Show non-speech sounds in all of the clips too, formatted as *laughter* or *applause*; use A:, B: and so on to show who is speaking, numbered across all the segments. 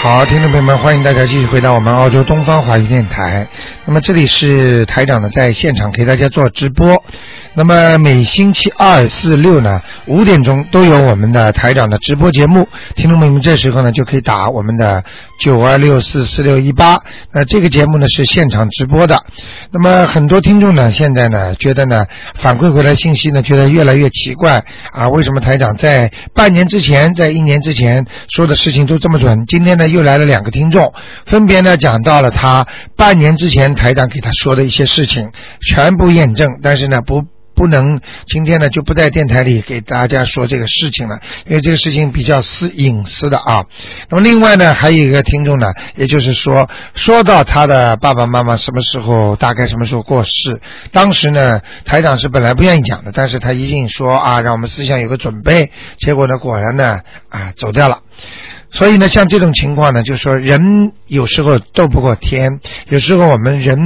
A: 好，听众朋友们，欢迎大家继续回到我们澳洲东方华语电台。那么这里是台长呢，在现场给大家做直播。那么每星期二、四、六呢，五点钟都有我们的台长的直播节目。听众朋友们，这时候呢就可以打我们的九二六四四六一八。那这个节目呢是现场直播的。那么很多听众呢，现在呢觉得呢反馈回来信息呢，觉得越来越奇怪啊，为什么台长在半年之前，在一年之前说的事情都这么准？今天呢又来了两个听众，分别呢讲到了他半年之前台长给他说的一些事情，全部验证，但是呢不。不能今天呢就不在电台里给大家说这个事情了，因为这个事情比较私隐私的啊。那么另外呢，还有一个听众呢，也就是说，说到他的爸爸妈妈什么时候，大概什么时候过世，当时呢，台长是本来不愿意讲的，但是他一定说啊，让我们思想有个准备，结果呢，果然呢，啊，走掉了。所以呢，像这种情况呢，就是说人有时候斗不过天，有时候我们人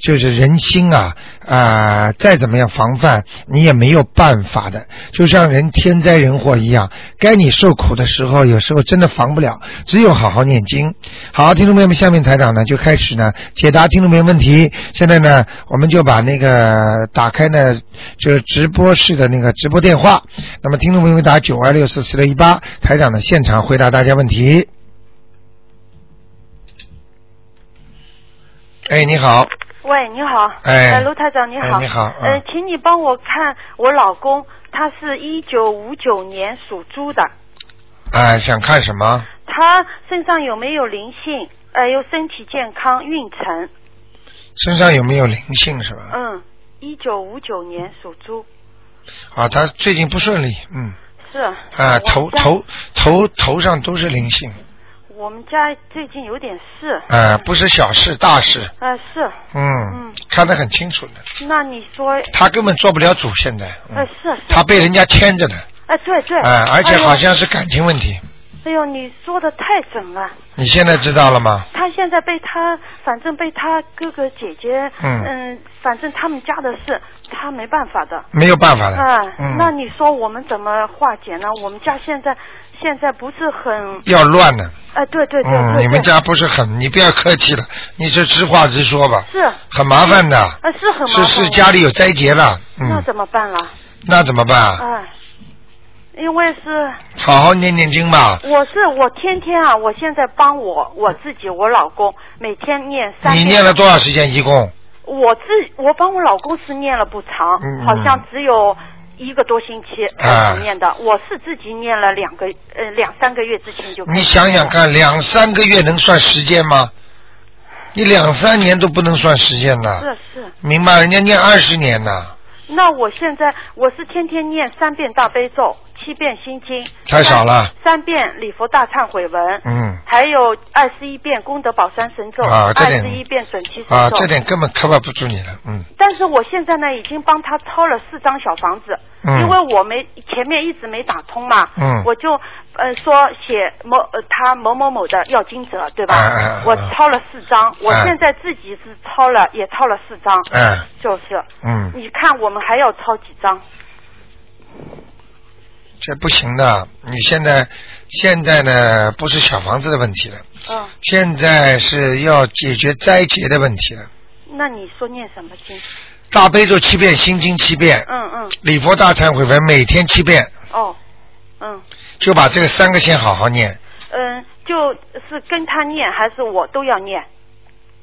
A: 就是人心啊啊、再怎么样防范，你也没有办法的。就像人天灾人祸一样，该你受苦的时候，有时候真的防不了，只有好好念经。好，听众朋友们，下面台长呢就开始呢解答听众朋友问题。现在呢，我们就把那个打开呢，就是直播室的那个直播电话。那么听众朋友们打九二六四四六一八，台长呢现场回答大家问题。哎，你好，
B: 喂，你好，
A: 哎
B: 呃，卢台长你好，
A: 哎你好嗯
B: 呃，请你帮我看我老公，他是一九五九年属猪的，
A: 哎，想看什么？
B: 他身上有没有灵性？呃，有身体健康，运程，
A: 身上有没有灵性是吧？
B: 嗯，一九五九年属猪，
A: 啊，他最近不顺利，嗯，
B: 是
A: 啊，
B: 我
A: 头
B: 们家
A: 头头头上都是灵性，
B: 我们家最近有点事，
A: 啊，不是小事，大事，
B: 呃，是，
A: 嗯，
B: 嗯
A: 看得很清楚的，
B: 那你说，
A: 他根本做不了主，现在，嗯
B: 呃，是，是
A: 他被人家牵着的，
B: 哎、对对，
A: 啊，而且
B: 哎呦
A: 好，像是感情问题，
B: 哎呦，你说的太准了。
A: 你现在知道了吗？
B: 他现在被他，反正被他哥哥姐姐，
A: 嗯
B: 反正他们家的事，他没办法的。
A: 没有办法的。
B: 啊，
A: 嗯，
B: 那你说我们怎么化解呢？我们家现在现在不是很，
A: 要乱的。
B: 哎，对对对对
A: 嗯，
B: 对，
A: 你们家不是很，你不要客气了，你就直话直说吧。
B: 是，
A: 很麻烦的。
B: 呃，是很麻
A: 是
B: 烦。
A: 是家里有灾劫了。
B: 那
A: 嗯，啊
B: 怎么办了？
A: 那怎么办？
B: 哎，因为是
A: 好好念念经吧。
B: 我是我天天啊，我现在帮我我自己我老公每天念三
A: 你
B: 遍。
A: 念了多少时间？一共？
B: 我自我帮我老公是念了不长，
A: 嗯嗯
B: 好像只有一个多星期
A: 啊
B: 开始念的。我是自己念了两个呃两三个月之前就。
A: 你想想。看，两三个月能算时间吗？你两三年都不能算时间的，
B: 是是，
A: 明白？人家念二十年呢，
B: 那我现在我是天天念三遍大悲咒，七遍心经，
A: 太少了
B: 三，三遍礼佛大忏悔文，
A: 嗯，
B: 还有二十一遍功德宝山神咒，
A: 啊这
B: 二
A: 点
B: 十一遍准提神咒。
A: 啊，这点根本 cover 不住你了，嗯，
B: 但是我现在呢，已经帮他抄了四张小房子，
A: 嗯
B: 因为我没前面一直没打通嘛，
A: 嗯
B: 我就呃说写某呃他某某某的要经者对吧？
A: 啊啊啊
B: 我抄了四张，我
A: 啊
B: 现在自己是抄了也抄了四张，
A: 哎，
B: 就是
A: 嗯，
B: 你看我们还要抄几张？
A: 这不行的，你现在现在呢不是小房子的问题了，
B: 嗯，
A: 现在是要解决灾劫的问题了。
B: 那你说念什么经？
A: 大悲咒七遍，心经七遍，
B: 嗯嗯，
A: 礼佛大忏悔文每天七遍，
B: 哦，嗯
A: 就把这个三个先好好念。
B: 嗯，就是跟他念还是我都要念？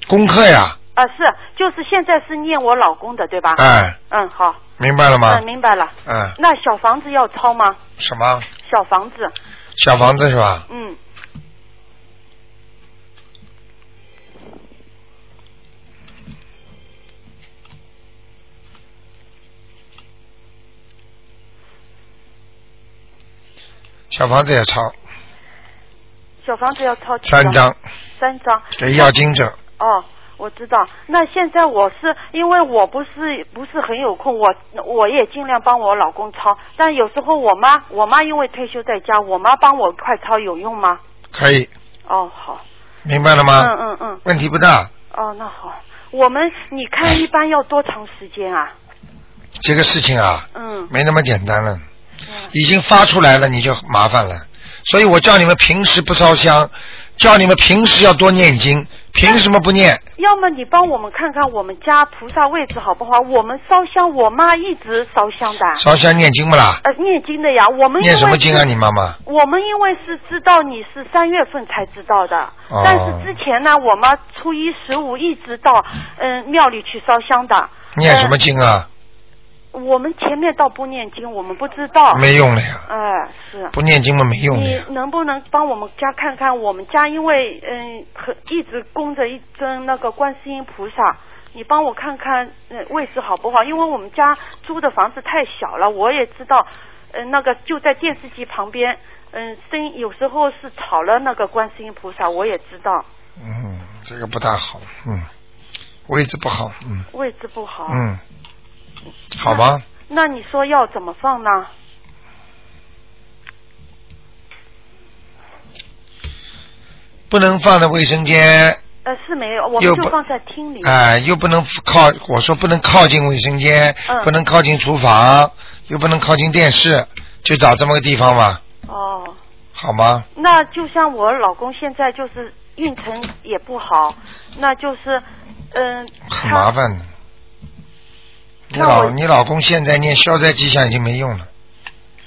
A: 功课呀，
B: 啊，是，就是现在是念我老公的对吧？
A: 哎，
B: 嗯，好，
A: 明白了吗
B: 嗯，？明白了。
A: 嗯，
B: 那小房子要抄吗？
A: 什么
B: 小房子，
A: 小房子是吧？
B: 嗯，
A: 小房子也抄
B: 小房子要抄几
A: 三张
B: 三张。
A: 给要经者，
B: 哦，我知道。那现在我是因为我不是不是很有空，我我也尽量帮我老公抄，但有时候我妈我妈因为退休在家，我妈帮我快抄有用吗？
A: 可以，
B: 哦，好，
A: 明白了
B: 嗯
A: 吗？
B: 嗯嗯，
A: 问题不大，
B: 哦，那好。我们你看一般要多长时间啊？
A: 这个事情啊，
B: 嗯，
A: 没那么简单了。
B: 嗯
A: 已经发出来了，你就麻烦了。所以我叫你们平时不烧香，叫你们平时要多念经，凭什么不念？
B: 要么你帮我们看看我们家菩萨位置好不好？我们烧香，我妈一直烧香的，
A: 烧香念经不啦？
B: 呃，念经的呀。我们因为
A: 念什么经啊？
B: 是
A: 你妈妈？
B: 我们因为是知道你是三月份才知道的，
A: 哦
B: 但是之前呢，我妈初一十五一直到嗯、庙里去烧香的。
A: 念什么经啊？
B: 我们前面倒不念经，我们不知道。
A: 没用了呀，
B: 哎、是。
A: 不念经嘛没用的呀。
B: 你能不能帮我们家看看？我们家因为嗯，很一直供着一尊那个观世音菩萨，你帮我看看嗯位置好不好？因为我们家租的房子太小了，我也知道，嗯，那个就在电视机旁边，嗯，声音有时候是吵了那个观世音菩萨，我也知道
A: 嗯，这个不大好，嗯，位置不好，嗯
B: 位置不好。
A: 嗯，好吧，
B: 那你说要怎么放呢？
A: 不能放在卫生间，
B: 呃，是没有，我
A: 又
B: 们
A: 不
B: 就放在厅里。
A: 哎、又不能靠，我说不能靠近卫生间，
B: 嗯
A: 不能靠近厨房，又不能靠近电视，就找这么个地方吧，
B: 哦。
A: 好吗？
B: 那就像我老公现在就是运程也不好，那就是嗯，
A: 很麻
B: 他。
A: 烦的。你
B: 那
A: 老
B: 我
A: 你老公现在念消灾吉祥已经没用了，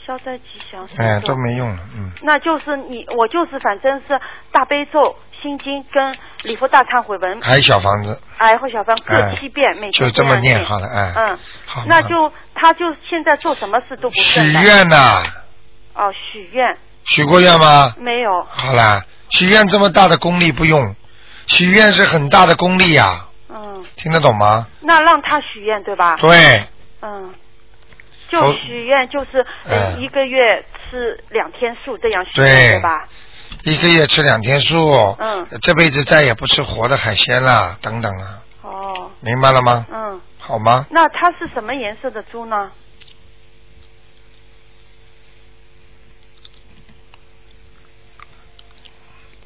B: 消灾吉祥是
A: 哎，
B: 那
A: 都
B: 种
A: 没用了，嗯，
B: 那就是你，我就是反正是大悲咒、心经跟礼佛大忏悔文，
A: 还有小房子，
B: 哎，或小方各
A: 哎
B: 七遍，每天
A: 就这么
B: 样
A: 念
B: 念
A: 好了，哎，
B: 嗯，
A: 好吧，
B: 那就他就现在做什么事都不
A: 许
B: 顺的
A: 愿呐、
B: 哦，许愿
A: 许过愿吗？
B: 没有，
A: 好啦，许愿这么大的功力不用，许愿是很大的功力呀、
B: 嗯，
A: 听得懂吗？
B: 那让他许愿对吧？
A: 对，
B: 嗯，
A: 头
B: 就许愿就是呃
A: 嗯
B: 一个月吃两天素这样许
A: 对
B: 愿对吧？
A: 一个月吃两天素，
B: 嗯
A: 这辈子再也不吃活的海鲜啦，等等啊，
B: 哦，
A: 明白了吗？
B: 嗯，
A: 好吗？
B: 那它是什么颜色的猪呢？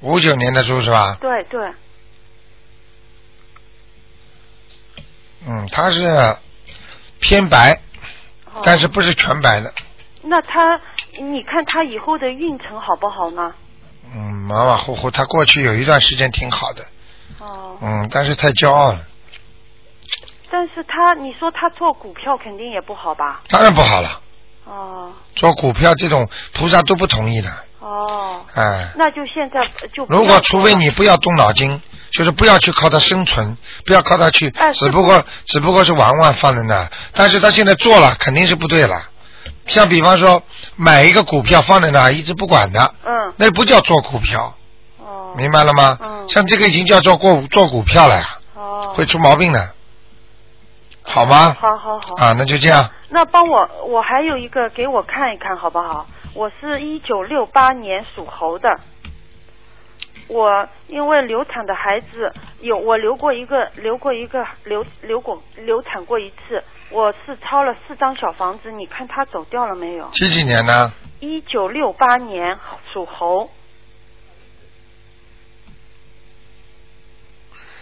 A: 五九年的猪是吧？
B: 对对，
A: 嗯，它是偏白，
B: 哦、
A: 但是不是全白的。
B: 那它，你看它以后的运程好不好呢？
A: 嗯，马马虎虎，它过去有一段时间挺好的，
B: 哦，
A: 嗯，但是太骄傲了，
B: 但是它，你说它做股票肯定也不好吧？
A: 当然不好了。
B: 哦
A: 做股票这种菩萨都不同意的，
B: 哦，
A: 哎。
B: 那就现在呃就不要
A: 如果
B: 做
A: 除非
B: 了
A: 你不要动脑筋，就是不要去靠它生存，不要靠它去，
B: 哎
A: 只
B: 是
A: 不过只不过是玩玩放在那儿。但是他现在做了，肯定是不对了。像比方说买一个股票放在那儿一直不管的，
B: 嗯
A: 那不叫做股票，
B: 哦
A: 明白了吗？
B: 嗯
A: 像这个已经叫做过做股票了呀，
B: 哦
A: 会出毛病的，好吗？
B: 好好好
A: 啊，那就这样，
B: 那帮我，我还有一个给我看一看好不好？我是一九六八年属猴的，我因为流产的孩子有我流过一个流过一个流流过流产过一次，我是抄了四张小房子，你看他走掉了没有？
A: 几几年呢？
B: 一九六八年属猴，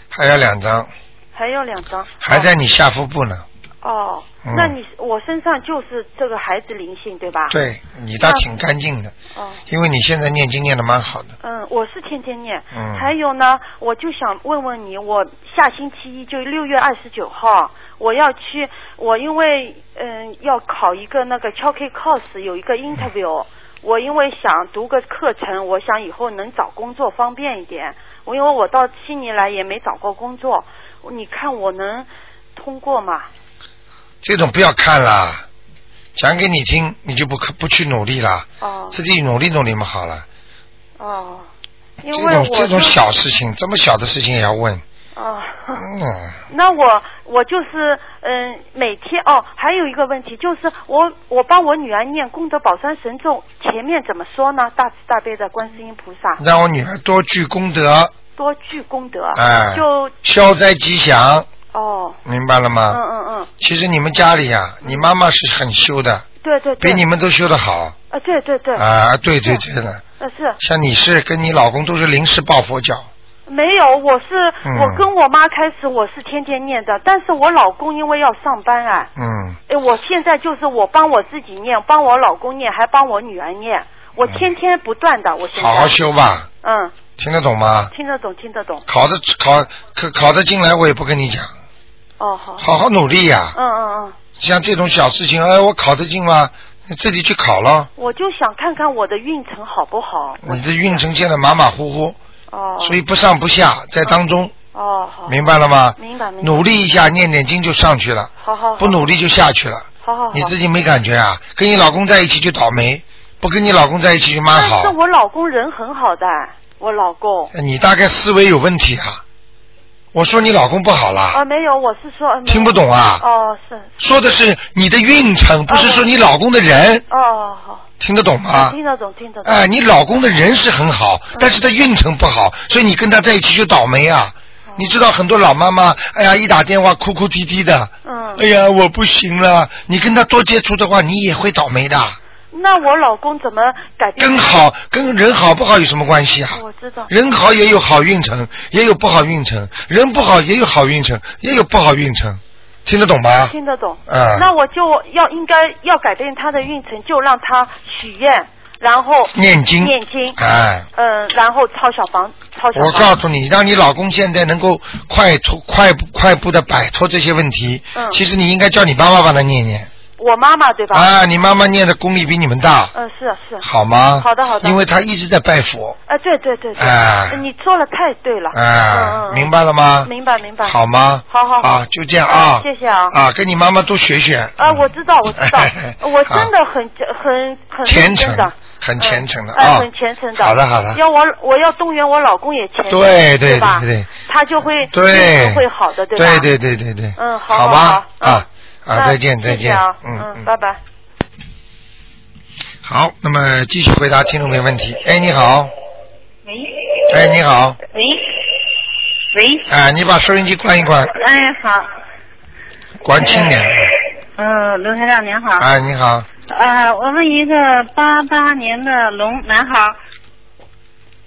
A: 还有两张，
B: 还有两张，
A: 还在你下腹部呢。
B: 哦。
A: 嗯
B: 那你我身上就是这个孩子灵性对吧？。
A: 对你倒
B: 那
A: 挺干净的，
B: 哦。
A: 因为你现在念经念的蛮好的。
B: 嗯，我是天天念。
A: 嗯
B: 还有呢，我就想问问你，我下星期一就六月二十九号，我要去，我因为嗯要考一个那个 c h o k course 有一个 interview，我因为想读个课程，我想以后能找工作方便一点。我因为我到悉尼来也没找过工作，你看我能通过吗？
A: 这种不要看啦，讲给你听，你就不可不去努力啦，
B: 哦
A: 自己努力努力嘛好了。
B: 哦，因
A: 这
B: 为我
A: 种这种
B: 就
A: 小事情，这么小的事情也要问，
B: *laughs* 哦。
A: 嗯，
B: 那我我就是嗯，每天哦，还有一个问题就是我我帮我女儿念功德宝山神咒，前面怎么说呢？大慈大悲的观世音菩萨，
A: 让我女儿多聚功德，
B: 多聚功德，
A: 哎
B: 就
A: 消灾吉祥，
B: 哦，
A: 明白了
B: 嗯
A: 吗？
B: 嗯嗯，
A: 其实你们家里呀、你妈妈是很修的，
B: 对对对，
A: 比你们都修的好
B: 啊，对对对，
A: 啊！对对对了，
B: 呃是
A: 像你是跟你老公都是临时抱佛脚，
B: 没有，我是、
A: 嗯
B: 我跟我妈开始我是天天念的，但是我老公因为要上班啊，
A: 嗯，
B: 哎，我现在就是我帮我自己念，帮
A: 嗯
B: 我老公念，还帮我女儿念，我天天不断的，我现在
A: 好好修吧，
B: 嗯
A: 听得懂吗？
B: 听得懂，听得懂。
A: 考得考考考得进来，我也不跟你讲，
B: 哦，好。
A: 好好努力呀、
B: 嗯嗯嗯，
A: 像这种小事情，哎，我考得进吗？你自己去考了。
B: 我就想看看我的运程好不好。
A: 你的运程现在马马虎虎，
B: 哦。
A: 所以不上不下，在当中，
B: 哦，好。
A: 明白了吗？
B: 明白哦明白。
A: 努力一下，念念经就上去了，
B: 好好好。
A: 不努力就下去了。
B: 好好好。
A: 你自己没感觉啊？跟你老公在一起就倒霉，不跟你老公在一起就蛮好
B: 但。是我老公人很好的，我老公。
A: 呃你大概思维有问题啊！我说你老公不好啦，
B: 啊，没有，我是说。没有
A: 听不懂啊
B: 哦，是。
A: 说的是你的运程，不是说你老公的人，
B: 哦，好。
A: 听得懂吗？
B: 听得懂，听得懂。
A: 啊哎，你老公的人是很好，但是他运程不好，所以你跟他在一起就倒霉啊！你知道很多老妈妈，哎呀，一打电话哭哭啼啼的，
B: 嗯
A: 哎，呀，我不行了。你跟他多接触的话，你也会倒霉的。
B: 那我老公怎么改变？
A: 跟好跟人好不好有什么关系啊？
B: 我知道。
A: 人好也有好运程，也有不好运程；人不好也有好运程，也有不好运程。听得懂吗？
B: 听得懂。
A: 嗯
B: 那我就要应该要改变他的运程，就让他许愿，然后
A: 念经，
B: 念经，
A: 哎，
B: 嗯，然后抄小房，抄小
A: 我
B: 房。
A: 告诉你，让你老公现在能够快脱、快步快步的摆脱这些问题。
B: 嗯
A: 其实你应该叫你妈妈帮他念念
B: 我妈妈对吧？
A: 啊，你妈妈念的功力比你们大，
B: 嗯，是啊是啊。
A: 好吗？
B: 好的好的
A: 因为她一直在拜佛，
B: 哎，对对对对。
A: 哎
B: 你说了太对了。
A: 啊，
B: 嗯嗯嗯。
A: 明白了吗？
B: 明白明白。
A: 好吗？
B: 好好好
A: 啊，就这样啊。
B: 嗯谢谢啊
A: 啊，跟你妈妈多学学。
B: 啊，我知道，我知
A: *laughs*
B: 道，我真的
A: 哎啊
B: 很很 *laughs* 很
A: 虔
B: 认
A: 诚
B: 真的，
A: 很
B: 嗯
A: 虔诚的
B: 哎
A: 啊
B: 很虔诚的。
A: 好的好的
B: 要我我要动员我老公也虔诚，
A: 对对
B: 对吧
A: 对对，
B: 他就会心
A: 对
B: 情会好的，
A: 对
B: 吧？
A: 对对对对。
B: 嗯，好
A: 好吧
B: 好，
A: 啊
B: 嗯
A: 啊，
B: 那
A: 再见
B: 谢
A: 再
B: 谢
A: 见
B: 啊，
A: 嗯
B: 嗯，
A: 嗯
B: 拜拜。
A: 好，那么继续回答听众朋友问题。哎，你好，
C: 喂
A: 哎，你好，
C: 喂喂，
A: 哎，你把收音机关一关，
C: 哎好，
A: 关轻点。
C: 呃，刘台长您好，
A: 哎，你好，
C: 呃，我问一个八八年的龙男孩，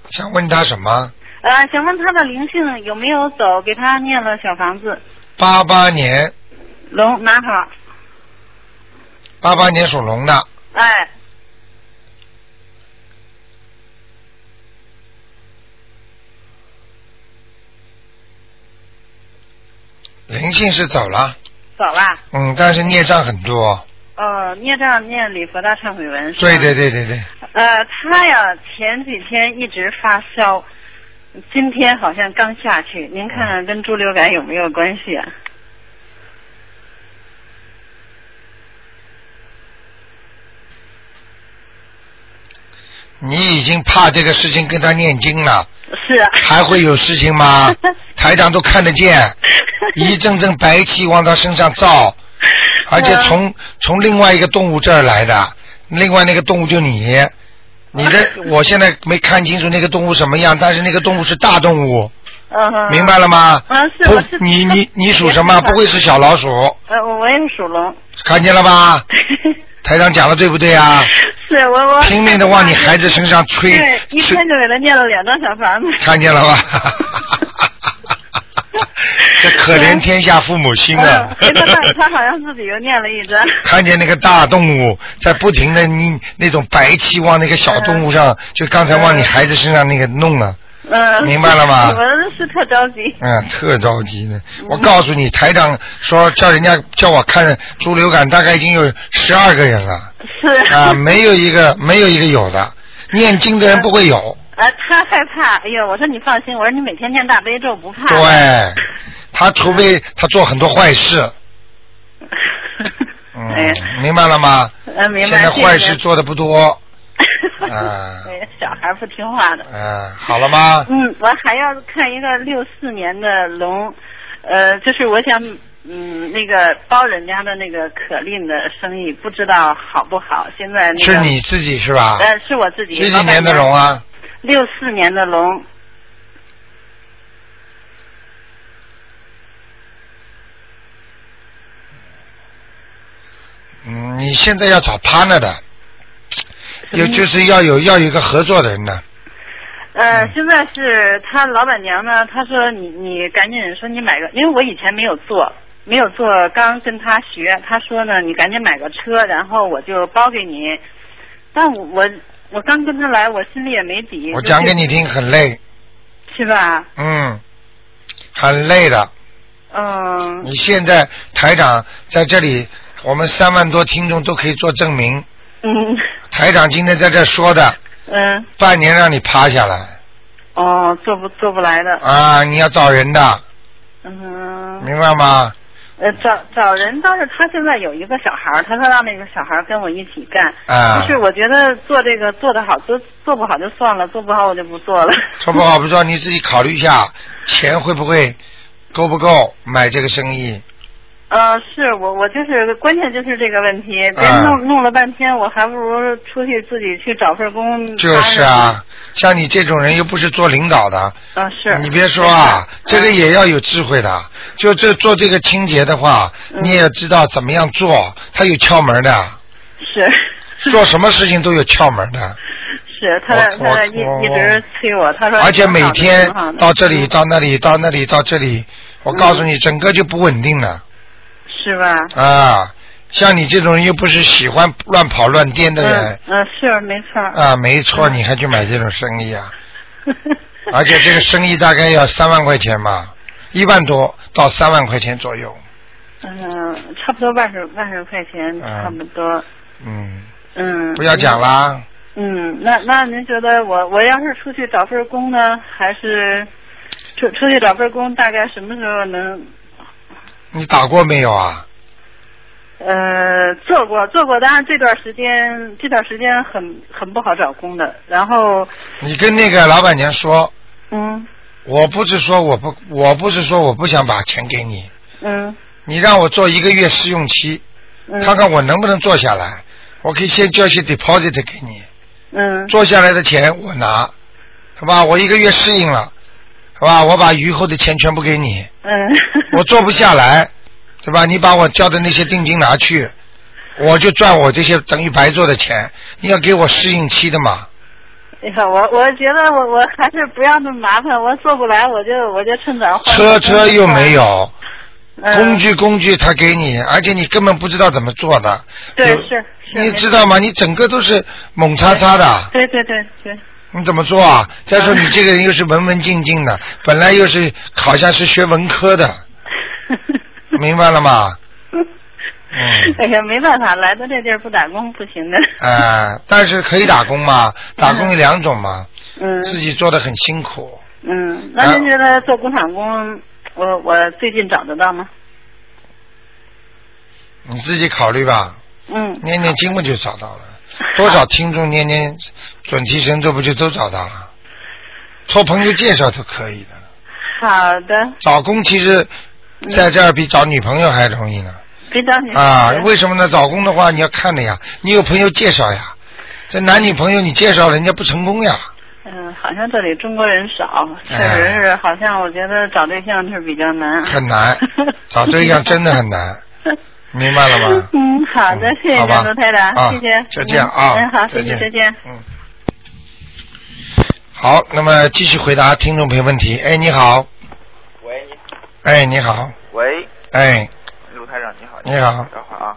A: 想问他什么？
C: 呃，想问他的灵性有没有走？给他念了小房子，
A: 八八年，
C: 龙男孩，
A: 八八年属龙的，
C: 哎，
A: 灵性是走了，
C: 走了，
A: 嗯，但是孽障很多。
C: 呃，念障念礼佛大忏悔文，是吧
A: 对对，对对对，
C: 呃，他呀前几天一直发烧。今天好像刚下去，您看
A: 嗯
C: 看跟猪流感有没有关系啊？
A: 你已经怕这个事情跟他念经
C: *laughs*
A: 了，
C: 是啊，
A: 还会有事情
C: *laughs*
A: 吗？台长都看得见，一阵阵白气往他身上照，而且
C: 嗯
A: 从、从另外一个动物这儿来的，另外那个动物就你，你的
C: *laughs*
A: 我现在没看清楚那个动物什么样，但是那个动物是大动物，
C: 嗯，
A: 明白了吗？
C: 啊是
A: 不
C: 我是
A: 你你你属
C: 别
A: 什么？
C: 看它
A: 不会是小老鼠？
C: 呃，我我也是属龙。 *laughs*
A: 看见了吧？台长讲的对不对啊？
C: 是我我
A: 拼命的往你孩子身上吹
C: 哦对，一
A: 吹
C: 天就给他念了两张小房子。
A: 看见了吧？
C: *laughs*
A: 这可怜天下父母心啊
C: 嗯！哎他他他好像自己又念了
A: *laughs*
C: 一张。
A: 看见那个大动物在不停的你那种白气往那个小动物上，就刚才往你孩子身上那个弄啊，
C: 嗯，
A: 明白了吗
C: 我是特着急。
A: 嗯，特着急呢。我告诉你，台长说叫人家叫我看猪流感，大概已经有十二个人了
C: 是 *laughs*
A: 啊，没有一个没有一个有的，念经的人不会
C: *laughs*
A: 有。
C: 啊，他害怕。哎呦，我说你放心，我说你每天念大悲咒不 *laughs* 怕。
A: 对，他除非他做很多坏事，嗯
C: 哎呀，，
A: 明白了吗？
C: 呃，明
A: 现
C: 白。
A: 在坏
C: 谢谢
A: 事。做的不多，啊
C: *laughs* 哎呀，小孩不听话的。
A: 嗯，好了吗？
C: 嗯，我还要看一个六四年的龙，呃，就是我想，嗯，那个包人家的那个可令的生意，不知道好不好？现在那个
A: 是你自己是吧？
C: 呃，是我自己。
A: 几几年的龙
C: 啊？
A: 啊？
C: 六四年的龙，
A: 嗯，你现在要找 partner 的，有就是要有要有一个合作的人的，
C: 呃，
A: 嗯
C: 现在是他老板娘呢，她说你你赶紧说你买个，因为我以前没有做。没有做，刚跟他学，他说呢，你赶紧买个车，然后我就包给你。但我我我刚跟他来，我心里也没底。
A: 我
C: 就
A: 讲
C: 是
A: 给你听很累，
C: 是吧？
A: 嗯，很累的。
C: 嗯，
A: 你现在台长在这里，我们三万多听众都可以做证明。
C: 嗯
A: 台长今天在这说的，
C: 嗯，
A: 半年让你趴下来
C: 哦，做不做不来的，
A: 啊！你要找人的，
C: 嗯，
A: 明白吗？
C: 呃，找找人倒是他现在有一个小孩儿，他说让那个小孩儿跟我一起干，
A: 啊
C: 就是我觉得做这个做得好，做做不好就算了，做不好我就不做了。
A: 说不好不说，你自己考虑一下，钱会不会够不够买这个生意？
C: *laughs* 呃，是我我就是关键就是这个问题，别
A: 啊
C: 弄弄了半天，我还不如出去自己去找份工。
A: 就是啊，像你这种人又不是做领导的，
C: 踏实点。嗯、是。
A: 你别说啊，
C: 是嗯
A: 这个也要有智慧的。就这做这个清洁的话，
C: 嗯
A: 你也知道怎么样做，它有窍门的，
C: 是
A: 做什么事情都有窍门的。
C: 是，他在
A: 我我
C: 他在一
A: 我
C: 一直催我，他说
A: 而且
C: 挺好
A: 每
C: 的
A: 天
C: 挺好的
A: 到这里
C: 嗯
A: 到那里到那里到这里，我告诉你，整个就不稳定了
C: 是吧？
A: 啊。像你这种人又不是喜欢乱跑乱颠的人
C: 嗯嗯是没错儿。 *laughs*
A: 啊，没错，
C: 嗯
A: 你还去买这种生意啊？而且这个生意大概要三万块钱吧，一万多到三万块钱左右。
C: 嗯，差不多万十万十块钱，
A: 啊
C: 差不多。
A: 嗯，
C: 嗯，
A: 不要讲啦。
C: 嗯，那那您觉得我我要是出去找份工呢，还是出出去找份工，大概什么时候能？
A: 你打过没有啊？
C: 呃，做过做过，但是这段时间这段时间很很不好找工的。然后，
A: 你跟那个老板娘说，
C: 嗯
A: 我不是说我不，我不是说我不想把钱给你，
C: 嗯
A: 你让我做一个月试用期，
C: 嗯，
A: 看看我能不能做下来。我可以先交一些 deposit 给你，
C: 嗯
A: 做下来的钱我拿，好吧？我一个月适应了，好吧？我把余后的钱全部给你。
C: 嗯，
A: 我做不下来，对吧？你把我交的那些定金拿去，我就赚我这些等于白做的钱。你要给我适应期的嘛。
C: *laughs* 哎呀，我我觉得我我还是不要那么麻烦，我做不来我就我就趁早换
A: 车
C: 个工作。
A: 车又没有，
C: 嗯
A: 工具工具他给你，而且你根本不知道怎么做的。
C: 对
A: 有
C: 是是
A: 你
C: 没
A: 知道吗？你整个都是猛叉叉的， *laughs*
C: 对对对对，
A: 你怎么做啊？再说
C: 嗯
A: 你这个人又是文文静静的，本来又是好像是学文科的，
C: *laughs*
A: 明白了吗？嗯
C: 哎呀，没办法，来到这地儿不打工不行的。
A: 啊、但是可以打工嘛，打工有两种嘛，
C: 嗯
A: 自己做的很辛苦，
C: 嗯，那您觉得做工厂工，我我最近找得到吗？
A: 你自己考虑吧。
C: 嗯，
A: 念念经嘛就找到了，多少听众念念准提神咒不就都找到了？托朋友介绍都可以的。
C: 好的，
A: 找工其实
C: 嗯
A: 在这儿比找女朋友还容易呢。
C: 别嗯找你
A: 啊，为什么呢？找工的话你要看的呀，你有朋友介绍呀。这男女朋友你介绍人家不成功呀，
C: 嗯，好像这里中国人少，
A: 哎
C: 确实是，好像我觉得找对象是比较难。
A: 很
C: *laughs*
A: 难找对象真的很难，明白了吗？
C: 嗯，好的，谢谢
A: 好吧
C: 张罗台长，
A: 啊
C: 谢谢，
A: 就这样啊，
C: 嗯，好，
A: 再
C: 谢谢，
A: 见，
C: 再见。
A: 嗯。好，那么继续回答听众朋友问题。哎，你好，
D: 喂，你
A: 哎，你好，
D: 喂，
A: 哎，
D: 卢台长，你好，
A: 你好
D: 等会儿啊，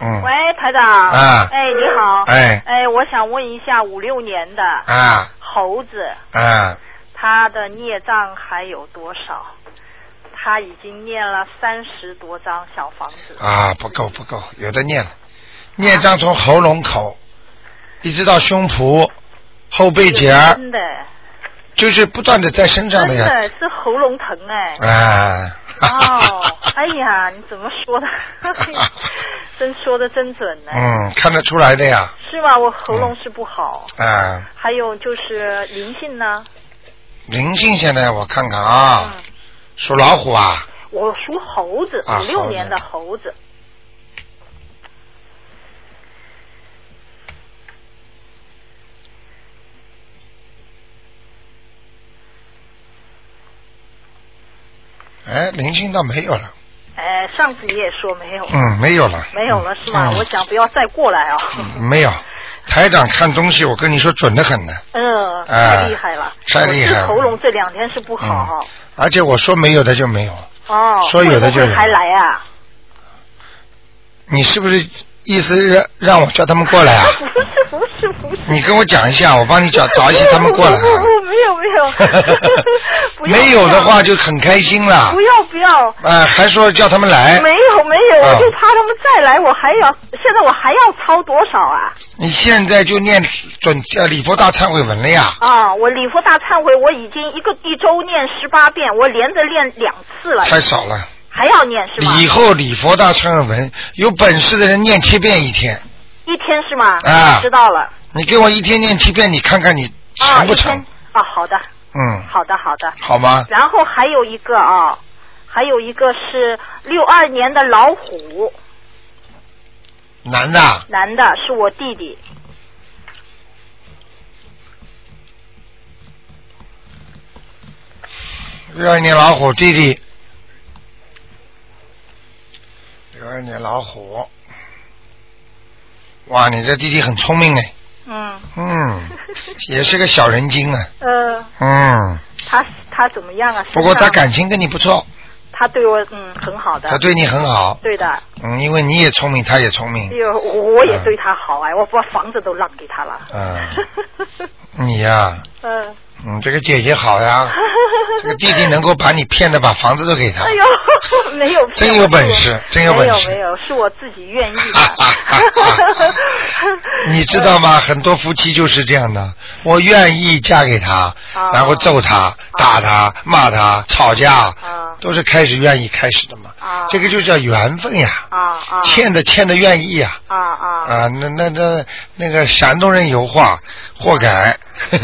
A: 嗯，
B: 喂，台长。
A: 啊
B: 哎，你好。
A: 哎
B: 哎，我想问一下，五六年的
A: 啊
B: 猴子，
A: 啊，
B: 他的孽障还有多少？他已经念了三十多张小房子。
A: 啊，不够不够，有的念了，孽障从喉咙口一直到胸脯、后背节儿，
B: 真的，
A: 就是不断的在身上
B: 真
A: 的呀。
B: 的是喉咙疼
A: *laughs*
B: 哎。
A: 啊， *laughs*
B: 哦，哎呀，你怎么说的？ *laughs* 真说的真准呢，
A: 嗯，看得出来的呀，
B: 是吧？我喉咙是不好，
A: 啊，
B: 还有就是灵性呢。
A: 灵性现在我看看啊，
B: 嗯，
A: 属老虎啊，
B: 我属猴子，
A: 啊
B: 五
A: 猴
B: 六
A: 子
B: 年的猴子。
A: 哎，灵性倒没有了，
B: 哎，上次你也说没有，
A: 嗯，没有了，
B: 没有了是吗？
A: 嗯
B: 我想不要再过来啊。
A: 嗯没有。台长看东西，我跟你说准的很呢，
B: 嗯，
A: 哎
B: 太厉害了，
A: 太厉害了
B: 我这喉咙这两天是不好哈。
A: 而且我说没有的就没有。
B: 哦，
A: *laughs* 说有的就有
B: 会不会还来啊？
A: 你是不是意思是让我叫他们过
B: *laughs*
A: 来啊？
B: 不是不是不是。
A: 你跟我讲一下，我帮你找找一些他们过来啊。
B: 没有没
A: *laughs*
B: 有 *laughs* 不要
A: 没有的话就很开心了
B: 不。要不要，
A: 啊，还说叫他们来，
B: 没有没有，
A: 啊
B: 我就怕他们再来，我还要现在我还要抄多少啊？
A: 你现在就念准呃礼佛大忏悔文了呀？
B: 啊，我礼佛大忏悔我已经一个一周念十八遍，我连着念两次了，
A: 太少了，
B: 还要念是吗？
A: 以后礼佛大忏悔文有本事的人念七遍一天，
B: 一天是吗？
A: 啊
B: 知道了。
A: 你给我一天念七遍，你看看你
B: 啊，
A: 成不
B: 一天
A: 成？
B: 啊，好的，
A: 嗯，
B: 好的，好的。
A: 好吗？ *laughs*
B: 然后还有一个啊，还有一个是六二年的老虎，
A: 男的啊，
B: 男的，是我弟弟。
A: 六二年老虎弟弟，六二年老虎，哇，你这弟弟很聪明哎，
B: 嗯，
A: 嗯，也是个小人精啊，
B: *laughs* 呃，
A: 嗯，
B: 他他怎么样啊？
A: 不过他
B: 身上
A: 感情跟你不错，
B: 他对我嗯很好的
A: 他，对你很好，
B: 对的。
A: 嗯，因为你也聪明，他也聪明
B: 哎，呦，我也对他好哎，我把房子都让给他了。
A: 嗯，
B: *laughs*
A: 你呀、
B: 嗯，
A: 嗯，这个姐姐好呀，这个弟弟能够把你骗的把房子都给他
B: 哎，呦， *laughs* 没有骗我，
A: 真有本事真有
B: 没
A: 本
B: 有
A: 事
B: 没有，是我自己愿意 *laughs* 的。
A: 你知道吗？ *laughs* 很多夫妻就是这样的，我愿意嫁给他，
B: 啊
A: 然后揍他、打他、骂他、吵架，
B: 啊
A: 都是开始愿意开始的嘛。
B: 啊
A: 这个就叫缘分呀，
B: 啊啊
A: 欠的欠的愿意呀。
B: 啊啊！
A: 啊，那那那那个山东人油画，活该， *laughs*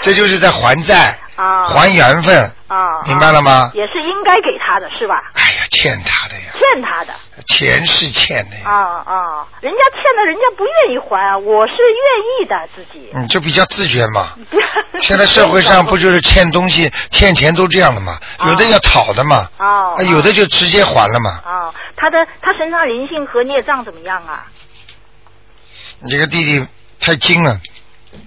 A: 这就是在还债，
B: 啊
A: 还缘分，
B: 啊，
A: 呃明白了吗？
B: 也是应该给他的是吧？
A: 哎呀，欠他的呀，
B: 欠他的
A: 钱是欠的
B: 啊
A: 呀，
B: 啊，人家欠的，人家不愿意还啊，我是愿意的自己。
A: 你嗯就比较自觉嘛。
B: *laughs*
A: 现在社会上不就是欠东西、欠钱都这样的嘛？
B: 啊
A: 有的要讨的嘛，
B: 哦
A: 啊有的就直接还了嘛。
B: 啊，他的他身上灵性和孽障怎么样啊？
A: 你这个弟弟太精了，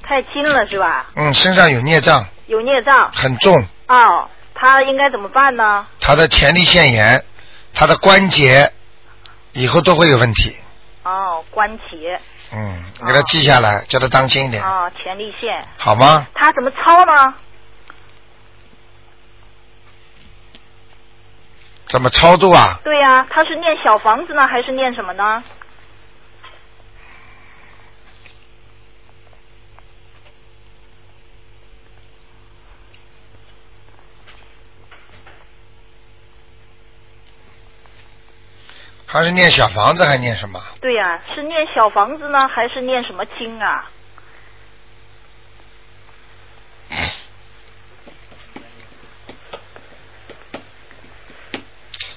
B: 太轻了是吧？
A: 嗯，身上有孽障，
B: 有孽障
A: 很重，
B: 哦，他应该怎么办呢？
A: 他的前列腺炎，他的关节以后都会有问题。
B: 哦，关节
A: 嗯，你给他记下来，叫他当心一点，
B: 啊、哦，前列腺，
A: 好吗？
B: 他怎么操呢？
A: 怎么操作啊？
B: 对呀、他是念小房子呢，还是念什么呢？
A: 还是念小房子，还念什么？
B: 对呀、是念小房子呢，还是念什么经啊？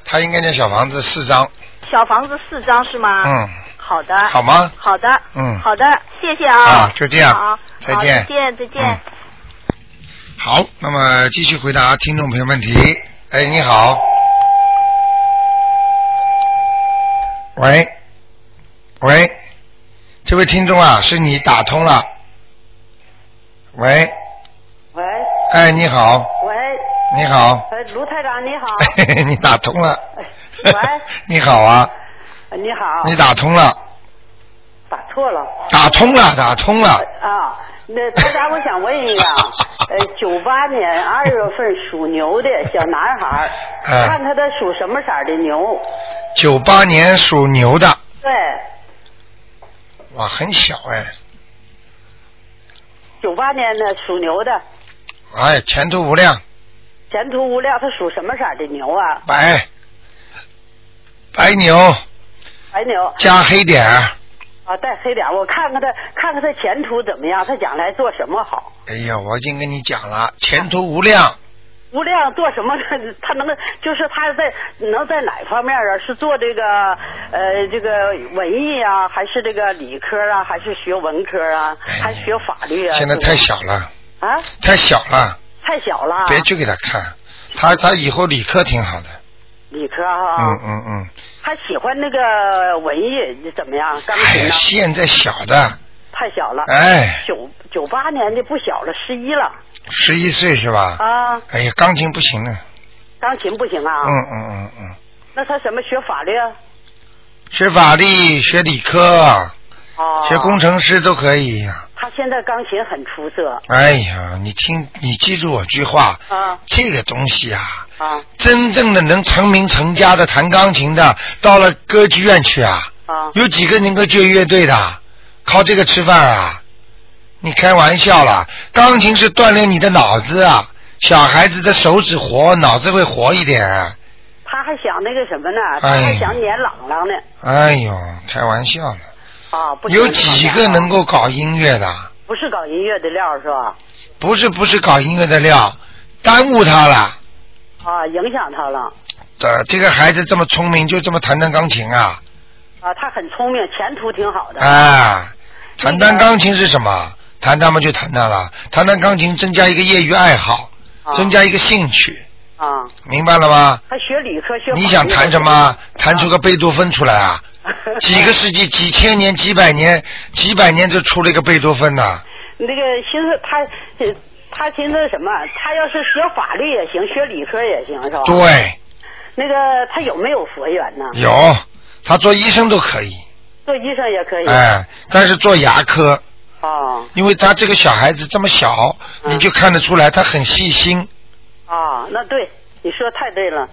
A: 他应该念小房子四张，
B: 小房子四张是吗？。
A: 嗯，
B: 好的。
A: 好吗？
B: 好的。
A: 嗯
B: 好的，谢谢啊。
A: 啊就这样
B: 好，
A: 再
B: 好
A: 见
B: 再见，再见。
A: 嗯好，那么继续回答听众朋友问题。哎，你好。喂，喂，这位听众啊，是你打通了。喂，
E: 喂
A: 哎，你好，
E: 喂，
A: 你好， *laughs*
E: 呃，卢台长你好，
A: 你打通了。
E: 喂
A: *laughs* 你好啊，
E: 呃你好，
A: 你打通了，
E: 打错了
A: 打通了，打通了。
E: 啊。那台长，我想问一个啊，呃，九八年二月份属牛的小男孩儿，
A: 哎
E: 看他他属什么色儿的牛？
A: 九八年属牛的，
E: 对，
A: 哇，很小哎，
E: 九八年的属牛的，
A: 哎，前途无量，
E: 前途无量，他属什么色儿的牛啊？
A: 白，白牛。
E: 白牛
A: 加黑点儿。
E: 啊，带黑点儿，我看看他，看看他前途怎么样，他将来做什么好？
A: 哎呀，我已经跟你讲了，前途无
E: 啊
A: 量。
E: 无量做什么？ *laughs* 他能就是他在能在哪方面啊？是做这个呃这个文艺啊，还是这个理科啊，还是学文科啊，
A: 哎
E: 还学法律啊？
A: 现在
E: 是不
A: 太
E: 是
A: 小了，
E: 啊，
A: 太小了，
E: 太小了。
A: 别去给他看。他他以后理科挺好的，
E: 理科啊，
A: 嗯嗯嗯。
E: 他喜欢那个文艺怎么样？钢
A: 哎
E: 琴
A: 呀，现
E: 呢？
A: 在小
E: 啊
A: 的，
E: 太小了。
A: 哎，
E: 九九八年的不小了，十一了
A: 十一岁是吧？
E: 啊，
A: 哎呀，钢琴不行了，
E: 钢琴不行啊。
A: 嗯嗯嗯嗯，
E: 那他什么学法律啊？
A: 学法律、学理科、
E: 哦，
A: 学工程师都可以呀、
E: 他现在钢琴很出色
A: 哎呀，你听，你记住我句话，
E: 啊
A: 这个东西啊，
E: 啊
A: 真正的能成名成家的弹钢琴的，到了歌剧院去啊，
E: 啊
A: 有几个能够接乐队的？靠这个吃饭啊？你开玩笑啦！钢琴是锻炼你的脑子啊，小孩子的手指活，脑子会活一点。啊
E: 他还想那个什么呢？他
A: 哎
E: 还想撵朗朗呢
A: 哎呦，开玩笑了！
E: 啊！不行
A: 有几个能
E: 朗
A: 够搞音乐的？
E: 朗不是搞音乐的料是吧？
A: 不是不是搞音乐的料，耽误他了。呃
E: 啊，影响他了
A: 这这个孩子这么聪明，就这么弹弹钢琴啊？
E: 啊！他很聪明，前途挺好的。
A: 啊，弹
E: 那
A: 弹
E: 个
A: 钢琴是什么？弹弹嘛就弹弹了，弹弹钢琴增加一个业余爱好，
E: 啊
A: 增加一个兴趣，
E: 啊，
A: 明白了吗？
E: 他学理科学法律。
A: 你想弹什么？弹出个贝多芬出来啊？几个世纪、几千年、几百年、几百年就出了一个贝多芬呐、
E: *laughs* 那个寻思他，呃他寻思什么？他要是学法律也行，学理科也行，是吧？
A: 对，
E: 那个他有没有佛缘呢？
A: 有，他做医生都可以，
E: 做医生也可以。
A: 哎，但是做牙科，
E: 啊
A: 因为他这个小孩子这么小，
E: 嗯
A: 你就看得出来他很细心。，
E: 啊，那对，你说太对了。